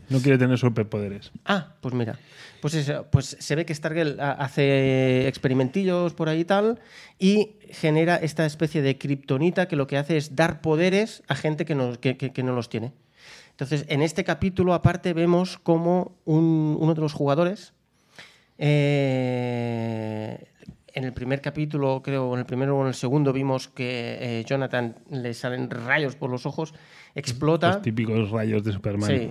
Speaker 2: no quiere tener superpoderes.
Speaker 1: Ah, pues mira. Pues, eso, pues se ve que Stargirl ha- hace experimentillos por ahí y tal y genera esta especie de kriptonita que lo que hace es dar poderes a gente que no, que- que- que no los tiene. Entonces, en este capítulo aparte vemos como uno de los jugadores, eh, en el primer capítulo, creo, en el primero o en el segundo, vimos que eh, Jonathan le salen rayos por los ojos, explota.
Speaker 2: Los típicos rayos de Superman.
Speaker 1: Sí.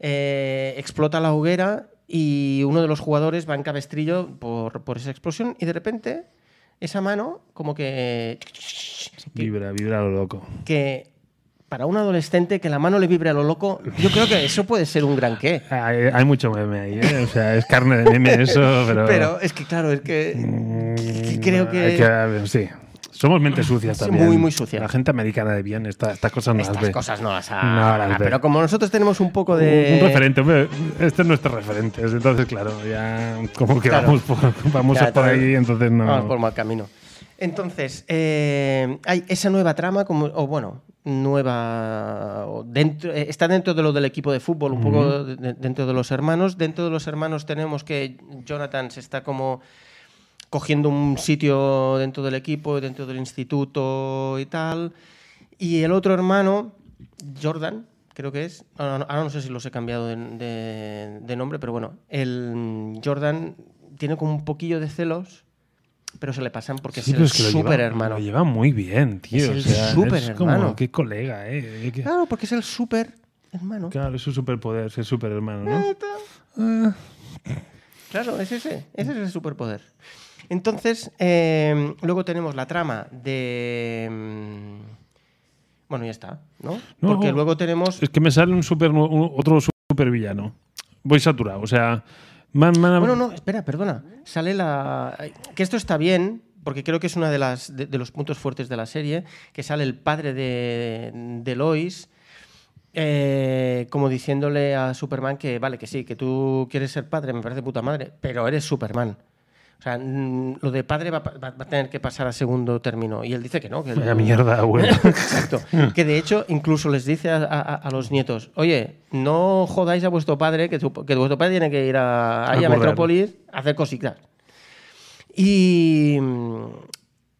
Speaker 1: Eh, explota la hoguera y uno de los jugadores va en cabestrillo por, por esa explosión y de repente esa mano como que,
Speaker 2: Vibra, vibra lo loco.
Speaker 1: que para un adolescente que la mano le vibre a lo loco, yo creo que eso puede ser un gran qué.
Speaker 2: Hay, hay mucho meme ahí, ¿eh? O sea, es carne de meme eso, pero.
Speaker 1: Pero es que claro, es que, que creo
Speaker 2: Hay
Speaker 1: que
Speaker 2: sí. Somos mentes sucias
Speaker 1: Sí,
Speaker 2: también.
Speaker 1: muy, muy sucias.
Speaker 2: La gente americana de bien, esta- estas cosas no las
Speaker 1: estas
Speaker 2: ve.
Speaker 1: cosas no las ha...
Speaker 2: Mm, No las ve.
Speaker 1: pero como nosotros tenemos un poco
Speaker 2: Un-
Speaker 1: de...
Speaker 2: Un referente, hombre, este es nuestro referente. Entonces, claro, ya como que
Speaker 1: Claro.
Speaker 2: vamos por, vamos
Speaker 1: Claro,
Speaker 2: por
Speaker 1: también.
Speaker 2: ahí, entonces no.
Speaker 1: Vamos por mal camino. Entonces, eh, hay esa nueva trama, como, o bueno, nueva. o Dentro, eh, está dentro de lo del equipo de fútbol, un poco de- de- dentro de los hermanos. Dentro de los hermanos tenemos que Jonathan se está como cogiendo un sitio dentro del equipo, dentro del instituto y tal. Y el otro hermano, Jordan, creo que es. Ahora no, ahora no sé si los he cambiado de, de- de nombre, pero bueno. El mm, Jordan tiene como un poquillo de celos, pero se le pasan porque
Speaker 2: Sí,
Speaker 1: es
Speaker 2: pero
Speaker 1: el
Speaker 2: es que lo lleva-
Speaker 1: super hermano.
Speaker 2: Lo lleva muy bien, tío.
Speaker 1: Es
Speaker 2: o
Speaker 1: el
Speaker 2: sea, Es como,
Speaker 1: superhermano.
Speaker 2: qué colega, ¿eh? Qué-
Speaker 1: Claro, porque es el super hermano.
Speaker 2: Claro, es su superpoder, es el superhermano, ¿no?
Speaker 1: Claro, es ese, ese es el superpoder. Entonces, eh, luego tenemos la trama de... mm, Bueno, ya está, ¿no?
Speaker 2: No,
Speaker 1: Porque
Speaker 2: no.
Speaker 1: luego tenemos...
Speaker 2: Es que me sale un super, nu- un- otro supervillano. Voy saturado, o sea... Man, man,
Speaker 1: Bueno, no, espera, perdona. Sale la... ay, Que esto está bien, porque creo que es uno de, las, de, de los puntos fuertes de la serie, que sale el padre de, de Lois. eh, como diciéndole a Superman que vale, que sí, que tú quieres ser padre, me parece puta madre, pero eres Superman. O sea, mm, lo de padre va, a pa- va a tener que pasar a segundo término. Y él dice que no. Que
Speaker 2: Vaya mierda, abuelo.
Speaker 1: Exacto. Que de hecho incluso les dice a, a- a los nietos, oye, no jodáis a vuestro padre, que, tu- que vuestro padre tiene que ir a, ahí a
Speaker 2: currar.
Speaker 1: Metrópolis a hacer cositas. Y mm,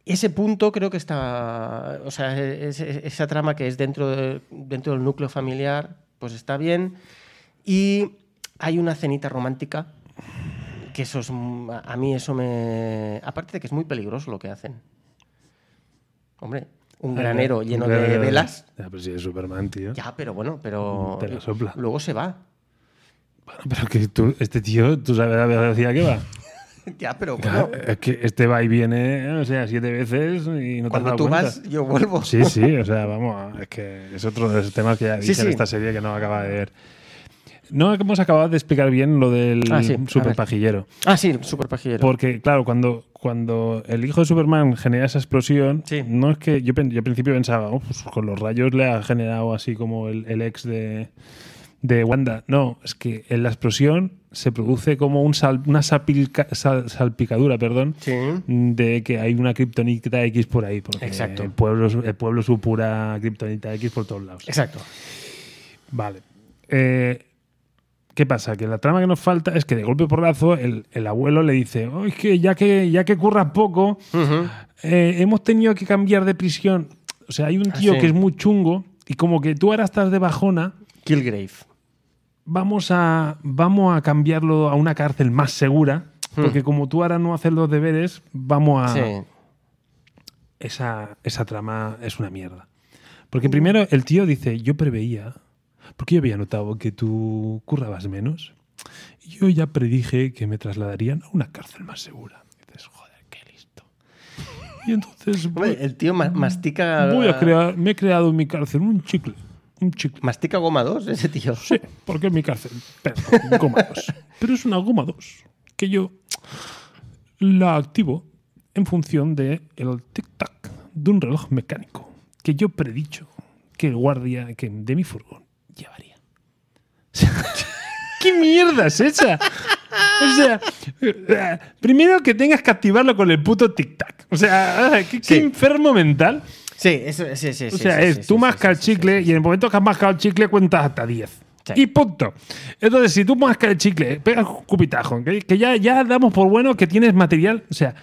Speaker 1: ese punto creo que está, o sea, es- es- esa trama que es dentro, de- dentro del núcleo familiar, pues está bien. Y hay una cenita romántica, que eso es, mm, a a mí eso me... Aparte de que es muy peligroso lo que hacen. Hombre, un granero lleno de velas.
Speaker 2: Ya, pero sí, es Superman, tío.
Speaker 1: Ya, pero bueno, pero
Speaker 2: Te la sopla.
Speaker 1: luego se va.
Speaker 2: Bueno, pero que tú, este tío, tú sabes la velocidad que va.
Speaker 1: Ya, pero bueno,
Speaker 2: Es que este va y viene, o sea, siete veces y no te has
Speaker 1: cuando
Speaker 2: dado
Speaker 1: tú
Speaker 2: cuenta.
Speaker 1: vas, yo vuelvo.
Speaker 2: Sí, sí, o sea, vamos, es que es otro de los temas que ya dije
Speaker 1: Sí,
Speaker 2: en
Speaker 1: sí.
Speaker 2: esta serie que no acaba de ver. No hemos acabado de explicar bien lo del
Speaker 1: Ah, sí, a
Speaker 2: super
Speaker 1: ver.
Speaker 2: pajillero.
Speaker 1: Ah, sí, super pajillero.
Speaker 2: Porque, claro, cuando, cuando el hijo de Superman genera esa explosión,
Speaker 1: Sí.
Speaker 2: no es que yo, pen- yo al principio pensaba, "Oh, pues con los rayos le ha generado así como el, el ex de, de Wanda. No, es que en la explosión se produce como un sal- una sapilca- sal- salpicadura, perdón,
Speaker 1: Sí.
Speaker 2: de que hay una kriptonita X por ahí. Porque
Speaker 1: Exacto.
Speaker 2: El pueblo, es- el pueblo es su pura kriptonita X por todos lados.
Speaker 1: Exacto.
Speaker 2: Vale. Eh, ¿Qué pasa? Que la trama que nos falta es que de golpe porrazo el, el abuelo le dice, "Oh, es que ya que ya que curras poco, eh, hemos tenido que cambiar de prisión. O sea, hay un
Speaker 1: Ah,
Speaker 2: tío
Speaker 1: sí.
Speaker 2: que es muy chungo y como que tú ahora estás de bajona,
Speaker 1: Killgrave.
Speaker 2: vamos a, vamos a cambiarlo a una cárcel más segura, porque como tú ahora no haces los deberes, vamos a...
Speaker 1: Hmm. Sí.
Speaker 2: Esa, esa trama es una mierda. Porque primero el tío dice, yo preveía, porque yo había notado que tú currabas menos, y yo ya predije que me trasladarían a una cárcel más segura. Y dices, joder, qué listo. Y entonces voy,
Speaker 1: Hombre, el tío ma- mastica.
Speaker 2: voy a crear, me he creado en mi cárcel un chicle, un chicle.
Speaker 1: Mastica goma 2, ese tío.
Speaker 2: Sí, porque en mi cárcel. Pero, goma 2. Pero es una goma 2 que yo la activo en función del el tic-tac de un reloj mecánico que yo predicho que el guardia que de mi furgón llevaría. ¿Qué mierda es esa? O sea, eh, primero que tengas que activarlo con el puto tic-tac. O sea, eh, qué, qué
Speaker 1: Sí.
Speaker 2: enfermo mental.
Speaker 1: Sí, eso, sí, sí.
Speaker 2: O sea, es tú mascas el chicle y en el momento que has mascado el chicle cuentas hasta 10.
Speaker 1: Sí.
Speaker 2: Y punto. Entonces, si tú mascas el chicle, pegas un cupitajo, que, que ya, ya damos por bueno que tienes material, o sea,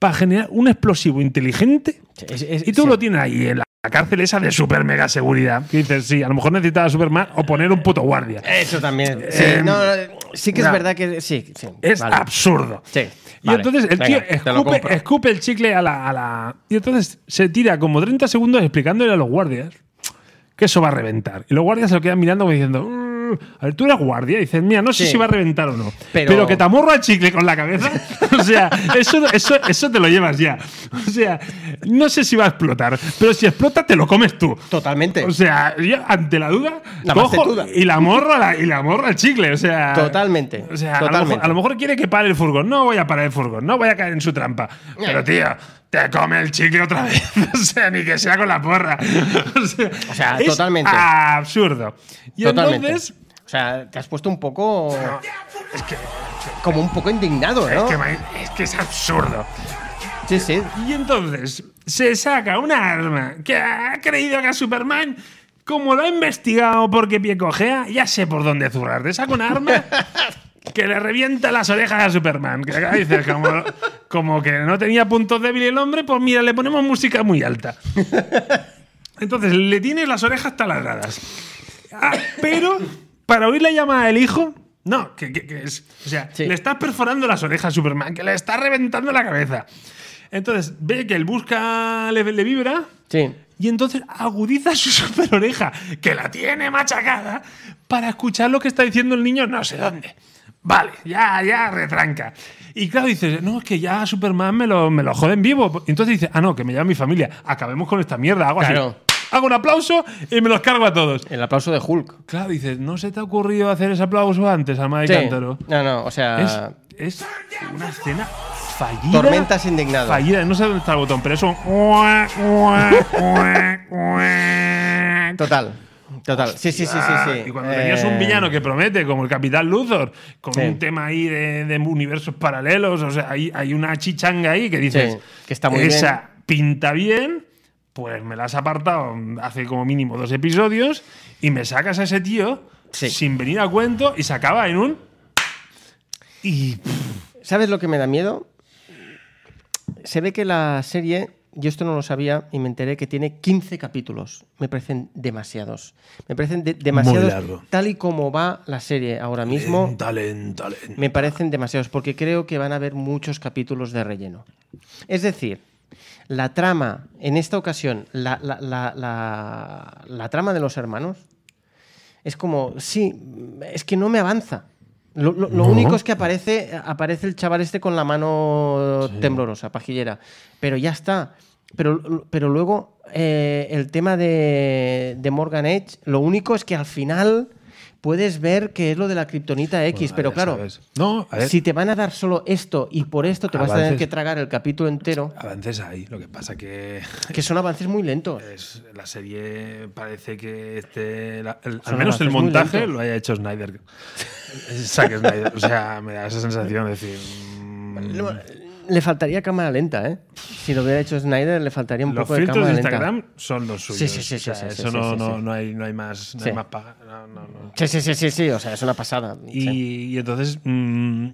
Speaker 2: para generar un explosivo inteligente,
Speaker 1: Sí, es- es-
Speaker 2: y tú
Speaker 1: sí.
Speaker 2: lo tienes ahí en la cárcel esa de super mega seguridad. Que dices, sí, a lo mejor necesitas a Superman o poner un puto guardia.
Speaker 1: Eso también. Sí,
Speaker 2: Em,
Speaker 1: no, sí que es
Speaker 2: no.
Speaker 1: verdad que sí. sí
Speaker 2: Es
Speaker 1: vale.
Speaker 2: absurdo.
Speaker 1: Sí,
Speaker 2: Y
Speaker 1: vale,
Speaker 2: entonces el
Speaker 1: venga,
Speaker 2: tío
Speaker 1: te lo compro.
Speaker 2: escupe, escupe el chicle a la, a la- Y entonces se tira como 30 segundos explicándole a los guardias que eso va a reventar. Y los guardias se lo quedan mirando como diciendo. "Mm, A ver, tú eres guardia. Y dicen, mira, no sé
Speaker 1: Sí.
Speaker 2: si va a reventar o no. Pero,
Speaker 1: Pero-
Speaker 2: que te amorra el chicle con la cabeza. o sea, eso, eso, eso te lo llevas ya. O sea, no sé si va a explotar. Pero si explota, te lo comes tú.
Speaker 1: Totalmente.
Speaker 2: O sea, yo ante la duda,
Speaker 1: La
Speaker 2: cojo
Speaker 1: macetuda.
Speaker 2: y la morra la- y la morra el chicle. O sea,
Speaker 1: Totalmente,
Speaker 2: o sea, a lo
Speaker 1: totalmente.
Speaker 2: mejor- A, lo mejor, quiere que pare el furgón. No voy a parar el furgón, no voy a caer en su trampa. Pero
Speaker 1: Eh.
Speaker 2: tío, te come el chicle otra vez. o sea, ni que sea con la porra. o sea,
Speaker 1: O sea,
Speaker 2: es
Speaker 1: totalmente.
Speaker 2: Absurdo. Y
Speaker 1: Totalmente.
Speaker 2: entonces,
Speaker 1: o sea, te has puesto un poco.
Speaker 2: es que,
Speaker 1: Como un poco indignado,
Speaker 2: es
Speaker 1: ¿no?
Speaker 2: que me- es que es absurdo.
Speaker 1: Sí, sí.
Speaker 2: Y entonces se saca una arma que ha creído que a Superman, como lo ha investigado porque pie cojea, ya sé por dónde zurrar. Te saca una arma que le revienta las orejas a Superman. Que acá dices, como, como que no tenía puntos débiles el hombre, pues mira, le ponemos música muy alta. Entonces le tiene las orejas taladradas. Ah, pero para oír la llamada del hijo. No, que, que- que es. O sea,
Speaker 1: Sí.
Speaker 2: le estás perforando las orejas a Superman, que le está reventando la cabeza. Entonces ve que el busca le, le vibra.
Speaker 1: Sí.
Speaker 2: Y entonces agudiza su super oreja, que la tiene machacada, para escuchar lo que está diciendo el niño no sé dónde. Vale, ya, ya, retranca. Y claro, dices, no, es que ya Superman me lo, me lo joden vivo. Y Entonces dice, ah, no, que me llama mi familia, acabemos con esta mierda, hago
Speaker 1: Claro.
Speaker 2: así. Hago un aplauso y me los cargo a todos.
Speaker 1: El aplauso de Hulk.
Speaker 2: Claro, dices, ¿no se te ha ocurrido hacer ese aplauso antes, Amada de
Speaker 1: Sí. Ah.
Speaker 2: Cántaro?
Speaker 1: No, no, o
Speaker 2: Es,
Speaker 1: sea.
Speaker 2: es una escena fallida.
Speaker 1: Tormentas indignadas.
Speaker 2: Fallida, no sé dónde está el botón, pero es un. ua, ua, ua, ua.
Speaker 1: Total. Total. Sí, sí, sí, sí. sí.
Speaker 2: Ah, Y cuando tenías un
Speaker 1: Eh,
Speaker 2: villano que promete, como el Capitán Luthor, con
Speaker 1: Sí.
Speaker 2: un tema ahí de, de universos paralelos, o sea, hay, hay una chichanga ahí que dices,
Speaker 1: Sí, que está muy
Speaker 2: esa
Speaker 1: bien".
Speaker 2: pinta bien, pues me la has apartado hace como mínimo dos episodios y me sacas a ese tío
Speaker 1: Sí.
Speaker 2: sin venir a cuento y se acaba en un... Y
Speaker 1: ¿Sabes lo que me da miedo? Se ve que la serie, yo esto no lo sabía y me enteré que tiene 15 capítulos. Me parecen demasiados. Me parecen de- demasiados.
Speaker 2: largo. Eh,
Speaker 1: Tal y como va la serie ahora mismo,
Speaker 2: Talent, talent.
Speaker 1: me parecen demasiados porque creo que van a haber muchos capítulos de relleno. Es decir, la trama, en esta ocasión, la, la- la- la- la trama de los hermanos es como, sí, es que no me avanza. Lo, lo- lo
Speaker 2: No.
Speaker 1: único es que aparece, aparece el chaval este con la mano temblorosa, pajillera. Pero ya está. Pero, pero luego eh, el tema de, de Morgan Edge, lo único es que al final puedes ver que es lo de la kriptonita X, pero claro,
Speaker 2: No, a ver,
Speaker 1: si te van a dar solo esto y por esto te vas a tener
Speaker 2: Avances.
Speaker 1: que tragar el capítulo entero,
Speaker 2: avances ahí. Lo que pasa que
Speaker 1: que son avances muy lentos.
Speaker 2: es- la serie parece que este, la- el-
Speaker 1: Son
Speaker 2: al menos el
Speaker 1: avances muy
Speaker 2: montaje
Speaker 1: lentos.
Speaker 2: lo haya hecho Snyder. Zack Snyder. O sea, me da esa sensación de decir... mm,
Speaker 1: Le- Le faltaría cámara lenta, ¿eh? Si lo hubiera hecho Snyder, le faltaría un
Speaker 2: los
Speaker 1: poco de
Speaker 2: filtros
Speaker 1: cámara
Speaker 2: de
Speaker 1: lenta.
Speaker 2: Instagram son los suyos.
Speaker 1: Sí, sí, sí,
Speaker 2: O sea,
Speaker 1: sí, sí,
Speaker 2: Eso
Speaker 1: sí,
Speaker 2: no,
Speaker 1: sí,
Speaker 2: no,
Speaker 1: sí.
Speaker 2: no hay, no hay más, no hay
Speaker 1: Sí.
Speaker 2: más paga. No, no, no.
Speaker 1: Sí, sí, sí, sí, sí, o sea, es una pasada.
Speaker 2: Y,
Speaker 1: Sí.
Speaker 2: y entonces mm,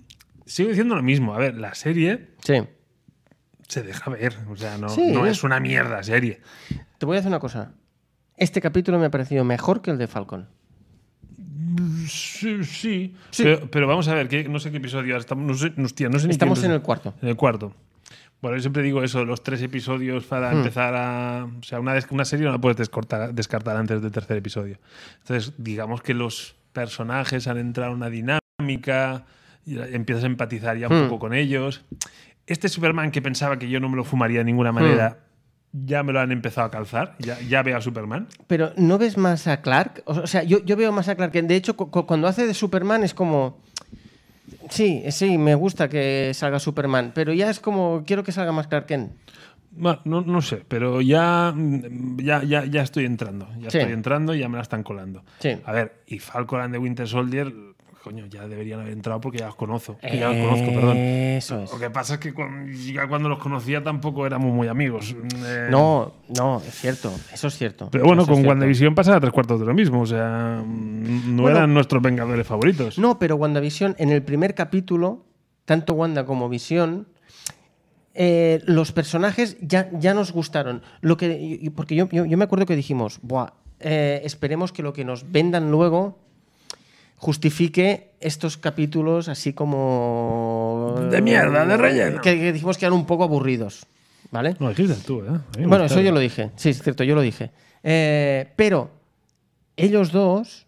Speaker 2: sigo diciendo lo mismo. A ver, la serie
Speaker 1: Sí.
Speaker 2: se deja ver. O sea, no,
Speaker 1: Sí. ¿eh?
Speaker 2: no es una mierda serie.
Speaker 1: Te voy a decir una cosa. Este capítulo me ha parecido mejor que el de Falcon.
Speaker 2: Sí, sí.
Speaker 1: Sí.
Speaker 2: Pero, pero vamos a ver, que no sé qué episodio estamos. No sé, hostia, no sé ni
Speaker 1: Estamos
Speaker 2: quién
Speaker 1: en
Speaker 2: lo-
Speaker 1: el cuarto.
Speaker 2: En el cuarto. Bueno, yo siempre digo eso, los tres episodios
Speaker 1: Hmm.
Speaker 2: para empezar a. O sea, una, des- una serie no la puedes descortar- descartar antes del tercer episodio. Entonces, digamos que los personajes han entrado en una dinámica, y empiezas a empatizar ya un
Speaker 1: Hmm.
Speaker 2: poco con ellos. Este Superman que pensaba que yo no me lo fumaría de ninguna manera,
Speaker 1: Hmm.
Speaker 2: ya me lo han empezado a calzar. Ya, ya veo a Superman.
Speaker 1: Pero ¿no ves más a Clark? O sea, yo, yo veo más a Clark. que- De hecho, cu- cu- cuando hace de Superman es como... Sí, sí, me gusta que salga Superman, pero ya es como quiero que salga más Clark Kent.
Speaker 2: Bueno, no, no sé, pero ya, mm, ya, ya, ya estoy entrando. Ya
Speaker 1: Sí.
Speaker 2: estoy entrando y ya me la están colando.
Speaker 1: Sí.
Speaker 2: A ver, y Falcon and the Winter Soldier, coño, ya deberían haber entrado porque ya los conozco. que ya los
Speaker 1: Eh.
Speaker 2: conozco, perdón.
Speaker 1: Eso es.
Speaker 2: Lo que pasa es que cuan- ya cuando los conocía tampoco éramos muy amigos. Eh,
Speaker 1: No, no, es cierto, eso es cierto.
Speaker 2: Pero bueno,
Speaker 1: eso es
Speaker 2: con
Speaker 1: cierto.
Speaker 2: WandaVision pasaba tres cuartos de lo mismo. O sea, mm, no
Speaker 1: Bueno.
Speaker 2: eran nuestros vengadores favoritos.
Speaker 1: No, pero WandaVision, en el primer capítulo, tanto Wanda como Visión, eh, los personajes ya, ya nos gustaron. Lo que, y- y- porque yo, yo- yo me acuerdo que dijimos, Buah, eh, esperemos que lo que nos vendan luego justifique estos capítulos así como...
Speaker 2: De mierda, de relleno.
Speaker 1: Que, que dijimos que eran un poco aburridos, ¿vale?
Speaker 2: No, dijiste tú, ¿eh? A mí me gustaron.
Speaker 1: Bueno, eso yo lo dije. Sí, es cierto, yo lo dije. Eh, pero ellos dos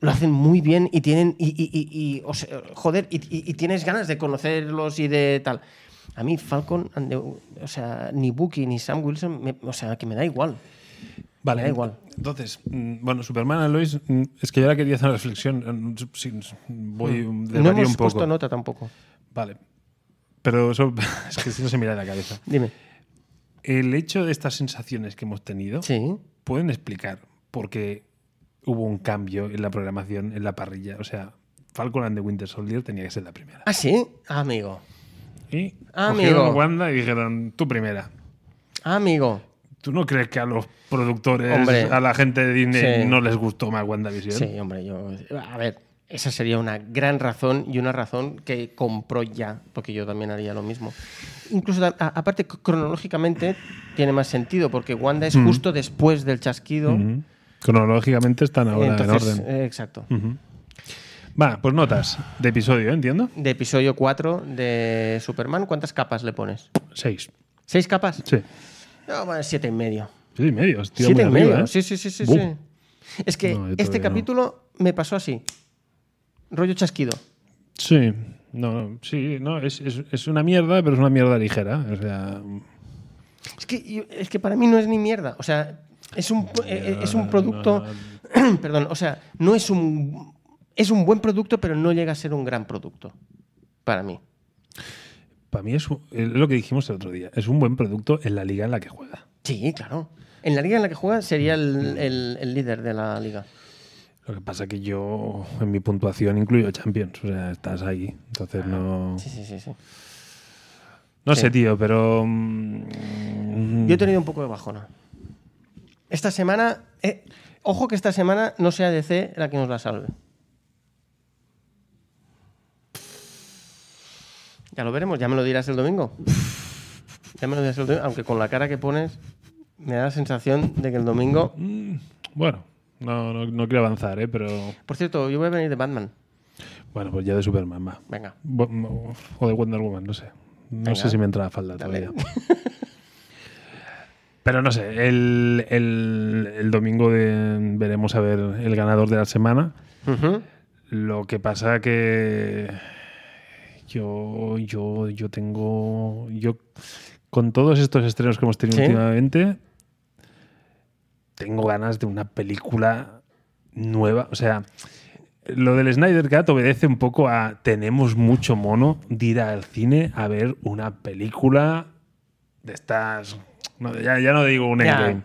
Speaker 1: lo hacen muy bien y tienen. Y, y- y- y- o sea, joder, y, y- y tienes ganas de conocerlos y de tal. A mí, Falcon, and the- o sea, ni Bucky ni Sam Wilson, me- o sea, que me da igual.
Speaker 2: Vale,
Speaker 1: Me da igual.
Speaker 2: Entonces, mm, bueno, Superman and Lois, mm, es que yo ahora quería hacer una reflexión. mm, sin- Voy de
Speaker 1: Mm. no
Speaker 2: varío
Speaker 1: hemos
Speaker 2: un
Speaker 1: puesto
Speaker 2: poco.
Speaker 1: nota tampoco.
Speaker 2: Vale. Pero eso es que si no se mira de la cabeza.
Speaker 1: Dime.
Speaker 2: El hecho de estas sensaciones que hemos tenido
Speaker 1: Sí.
Speaker 2: pueden explicar por qué hubo un cambio en la programación, en la parrilla. O sea, Falcon and the Winter Soldier tenía que ser la primera.
Speaker 1: Ah, sí, amigo.
Speaker 2: Y
Speaker 1: Ah, Amigo.
Speaker 2: cogieron Wanda y dijeron, tú primera.
Speaker 1: Amigo.
Speaker 2: ¿Tú no crees que a los productores,
Speaker 1: Hombre.
Speaker 2: a la gente de Disney,
Speaker 1: Sí.
Speaker 2: no les gustó más WandaVision?
Speaker 1: Sí, hombre, yo. A ver, esa sería una gran razón y una razón que compró ya, porque yo también haría lo mismo. Incluso, a- aparte, cronológicamente tiene más sentido, porque Wanda es justo después del chasquido
Speaker 2: Ujú. Cronológicamente están ahora
Speaker 1: Entonces,
Speaker 2: en orden.
Speaker 1: eh, exacto.
Speaker 2: Va, pues notas de episodio, ¿eh? entiendo.
Speaker 1: De episodio 4 de Superman, ¿cuántas capas le pones?
Speaker 2: Seis.
Speaker 1: ¿Seis capas?
Speaker 2: Sí.
Speaker 1: No, bueno, siete y medio.
Speaker 2: Siete y medio. hostia,
Speaker 1: siete y
Speaker 2: muy arriba,
Speaker 1: medio.
Speaker 2: ¿eh?
Speaker 1: Sí, sí, sí, sí,
Speaker 2: Buh.
Speaker 1: sí. Es que
Speaker 2: No, yo
Speaker 1: este
Speaker 2: todavía no.
Speaker 1: capítulo me pasó así. Rollo chasquido.
Speaker 2: Sí, no, no, sí, no, es, es- es una mierda, pero es una mierda ligera. O sea,
Speaker 1: Es que, yo- es que para mí no es ni mierda. O sea, es un, eh, eh, es un
Speaker 2: no,
Speaker 1: producto.
Speaker 2: no.
Speaker 1: perdón, o sea, no es un. Es un buen producto, pero no llega a ser un gran producto. Para mí.
Speaker 2: para mí es, un- es lo que dijimos el otro día, es un buen producto en la liga en la que juega.
Speaker 1: Sí, claro. En la liga en la que juega sería el, el- el líder de la liga.
Speaker 2: Lo que pasa que yo en mi puntuación incluyo Champions, o sea, estás ahí, entonces no...
Speaker 1: Ah, Sí, sí, sí. sí.
Speaker 2: No
Speaker 1: sí.
Speaker 2: sé, tío, pero... mm,
Speaker 1: Yo he tenido un poco de bajona. Esta semana. eh, ojo que esta semana no sea DC la que nos la salve. Ya lo veremos, ya me lo dirás el domingo. Ya me lo dirás el domingo, aunque con la cara que pones me da la sensación de que el domingo.
Speaker 2: Mm. Bueno, no, no, no quiero avanzar, ¿eh? Pero...
Speaker 1: Por cierto, yo voy a venir de Batman.
Speaker 2: Bueno, pues ya de Superman va.
Speaker 1: Venga.
Speaker 2: Bu- no, O de Wonder Woman, no sé. No
Speaker 1: Venga.
Speaker 2: sé si me entra la falda
Speaker 1: Dale.
Speaker 2: todavía. Pero no sé, el, el- el domingo de- veremos a ver el ganador de la semana.
Speaker 1: Ujú.
Speaker 2: Lo que pasa que yo, yo, yo tengo. Yo con todos estos estrenos que hemos tenido
Speaker 1: Sí.
Speaker 2: últimamente, tengo ganas de una película nueva. O sea, lo del Snyder Cut obedece un poco a tenemos mucho mono de ir al cine a ver una película de estas. no, ya, ya no digo un
Speaker 1: Ya.
Speaker 2: endgame.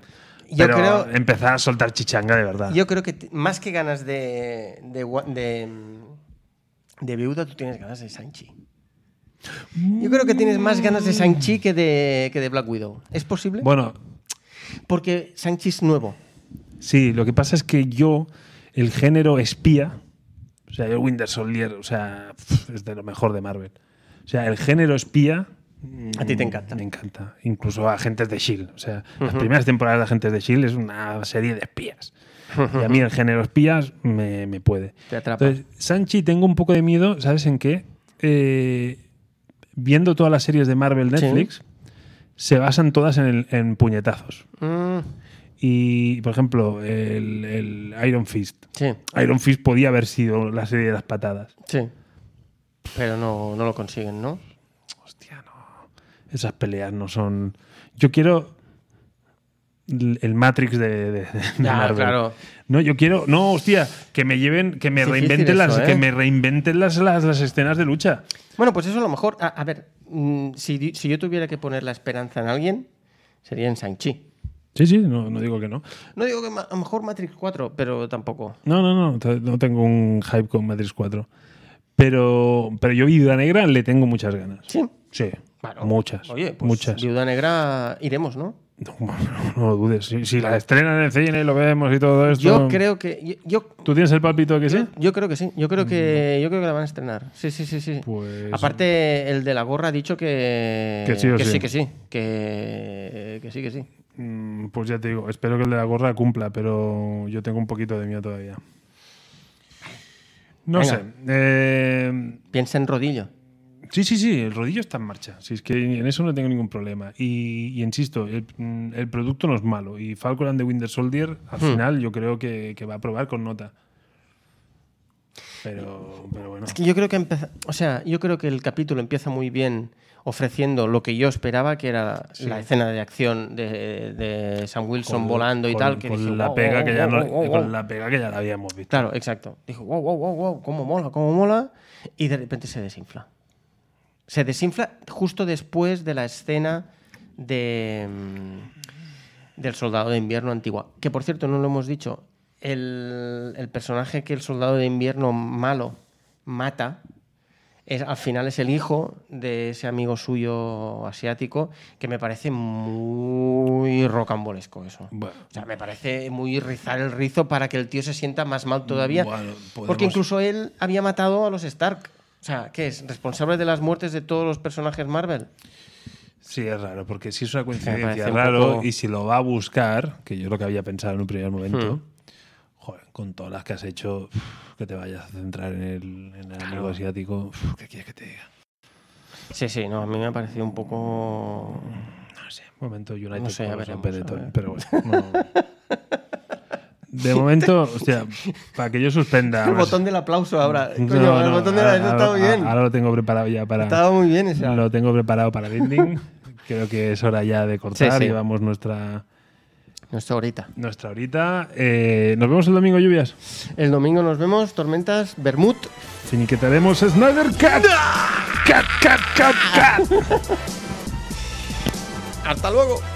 Speaker 1: Yo
Speaker 2: pero
Speaker 1: creo-
Speaker 2: empezar a soltar chichanga de verdad.
Speaker 1: Yo creo que t- más que ganas de, de, gua- de, mm, de viuda, tú tienes ganas de Sanchi. Yo creo que tienes más ganas de Sanchi que de, que de Black Widow. ¿Es posible?
Speaker 2: Bueno,
Speaker 1: Porque Sanchi es nuevo.
Speaker 2: Sí, lo que pasa es que yo, el género espía, o sea, yo Winter Soldier, o sea, pf, es de lo mejor de Marvel. O sea, el género espía. mm,
Speaker 1: A ti te encanta.
Speaker 2: Me encanta. Incluso Agentes de Shield. E O sea, las primeras temporadas de Agentes de Shield E es una serie de espías. Y a mí el género espías me, me puede.
Speaker 1: Te atrapa.
Speaker 2: Entonces, Sanchi, tengo un poco de miedo, ¿sabes en qué? Eh, viendo todas las series de Marvel
Speaker 1: Sí.
Speaker 2: Netflix, se basan todas en, el- en puñetazos.
Speaker 1: Mm,
Speaker 2: Y, por ejemplo, el, el Iron Fist.
Speaker 1: sí,
Speaker 2: Iron Fist podía haber sido la serie de las patadas.
Speaker 1: sí. Pero no, no lo consiguen, ¿no?
Speaker 2: Hostia, no. Esas peleas no son. Yo quiero. l- El Matrix de, de- de Marvel.
Speaker 1: claro.
Speaker 2: No, yo quiero. No, hostia, que me lleven, que me
Speaker 1: Es difícil
Speaker 2: reinventen las,
Speaker 1: eso, ¿eh?
Speaker 2: que me reinventen las, las, las escenas de lucha.
Speaker 1: Bueno, pues eso a lo mejor. A, a ver, mm, si, di- si yo tuviera que poner la esperanza en alguien, sería en Sanchi.
Speaker 2: Sí, sí, no, no digo que no.
Speaker 1: No digo que ma- a lo mejor Matrix 4, pero tampoco.
Speaker 2: No, no, no. t- No tengo un hype con Matrix 4. Pero, pero yo Viuda Negra le tengo muchas ganas.
Speaker 1: Sí.
Speaker 2: Sí.
Speaker 1: Bueno,
Speaker 2: muchas.
Speaker 1: Oye, pues
Speaker 2: muchas.
Speaker 1: Viuda Negra iremos, ¿no?
Speaker 2: No, no, no lo dudes. Si, si la estrenan en el cine y lo vemos y todo esto.
Speaker 1: Yo creo que. Yo, yo-
Speaker 2: ¿Tú tienes el palpito que sí? Mm.
Speaker 1: yo- yo creo que sí. Yo creo que, yo creo que la van a estrenar. Sí, sí, sí, sí.
Speaker 2: Pues-
Speaker 1: Aparte, el de la gorra ha dicho que.
Speaker 2: Que sí o sí.
Speaker 1: que sí. Que, que sí, que sí.
Speaker 2: Mm, Pues ya te digo, espero que el de la gorra cumpla, pero yo tengo un poquito de miedo todavía. No
Speaker 1: Venga.
Speaker 2: sé. eh,
Speaker 1: Piensa en rodillo.
Speaker 2: sí, sí, sí, el rodillo está en marcha. Si es que en eso no tengo ningún problema. Y, y insisto, el, mm, el producto no es malo. Y Falcon and the Winter Soldier, al
Speaker 1: Hmm.
Speaker 2: final, yo creo que, que va a probar con nota. Pero, pero bueno.
Speaker 1: Es que yo creo que empeza- O sea, yo creo que el capítulo empieza muy bien ofreciendo lo que yo esperaba, que era la escena de acción de, de Sam Wilson
Speaker 2: con-
Speaker 1: volando y
Speaker 2: con-
Speaker 1: tal. Que "Oh,
Speaker 2: con
Speaker 1: dije,
Speaker 2: la
Speaker 1: "Wow,
Speaker 2: pega
Speaker 1: wow,
Speaker 2: que ya
Speaker 1: wow,
Speaker 2: no-
Speaker 1: wow, wow".
Speaker 2: con la pega que ya la habíamos visto
Speaker 1: Claro, exacto. Dijo, wow, wow, wow, wow, cómo mola, cómo mola. Y de repente se desinfla. Se desinfla justo después de la escena de, mm, del soldado de invierno antigua. Que por cierto, no lo hemos dicho. El, el personaje que el soldado de invierno malo mata. Es, al final es el hijo de ese amigo suyo asiático que me parece muy rocambolesco eso.
Speaker 2: Bueno.
Speaker 1: O sea, me parece muy rizar el rizo para que el tío se sienta más mal todavía.
Speaker 2: Bueno, podemos-
Speaker 1: Porque incluso él había matado a los Stark. O sea, ¿qué es? ¿Responsable de las muertes de todos los personajes Marvel?
Speaker 2: Sí, es raro, porque si es una
Speaker 1: parece
Speaker 2: coincidencia
Speaker 1: un
Speaker 2: raro
Speaker 1: poco-
Speaker 2: y si lo va a buscar, que yo lo que había pensado en un primer
Speaker 1: Hmm.
Speaker 2: momento, joder, con todas las que has hecho, uf, que te vayas a centrar en el, en el amigo asiático, uf, ¿qué quieres que te diga?
Speaker 1: Sí, sí, no, a mí me ha parecido un poco.
Speaker 2: No sé, momento United
Speaker 1: No sé,
Speaker 2: con
Speaker 1: ya
Speaker 2: los
Speaker 1: veremos,
Speaker 2: Benetton,
Speaker 1: a ver.
Speaker 2: pero bueno. no. De momento, hostia, para que yo suspenda.
Speaker 1: El
Speaker 2: no sé.
Speaker 1: botón del aplauso ahora.
Speaker 2: No,
Speaker 1: Coño, el
Speaker 2: no,
Speaker 1: botón del aplauso
Speaker 2: ahora-
Speaker 1: estaba
Speaker 2: ahora-
Speaker 1: bien.
Speaker 2: Ahora lo tengo preparado ya para.
Speaker 1: Estaba muy bien esa.
Speaker 2: Lo tengo preparado para el ending. Creo que es hora ya de cortar.
Speaker 1: sí.
Speaker 2: Llevamos nuestra,
Speaker 1: No está ahorita.
Speaker 2: nuestra horita. Eh, Nos vemos el domingo, lluvias.
Speaker 1: El domingo nos vemos, tormentas, Bermud.
Speaker 2: Finiquitaremos Snyder Cat. Cat, cat, cat, cat.
Speaker 1: ¡Hasta luego!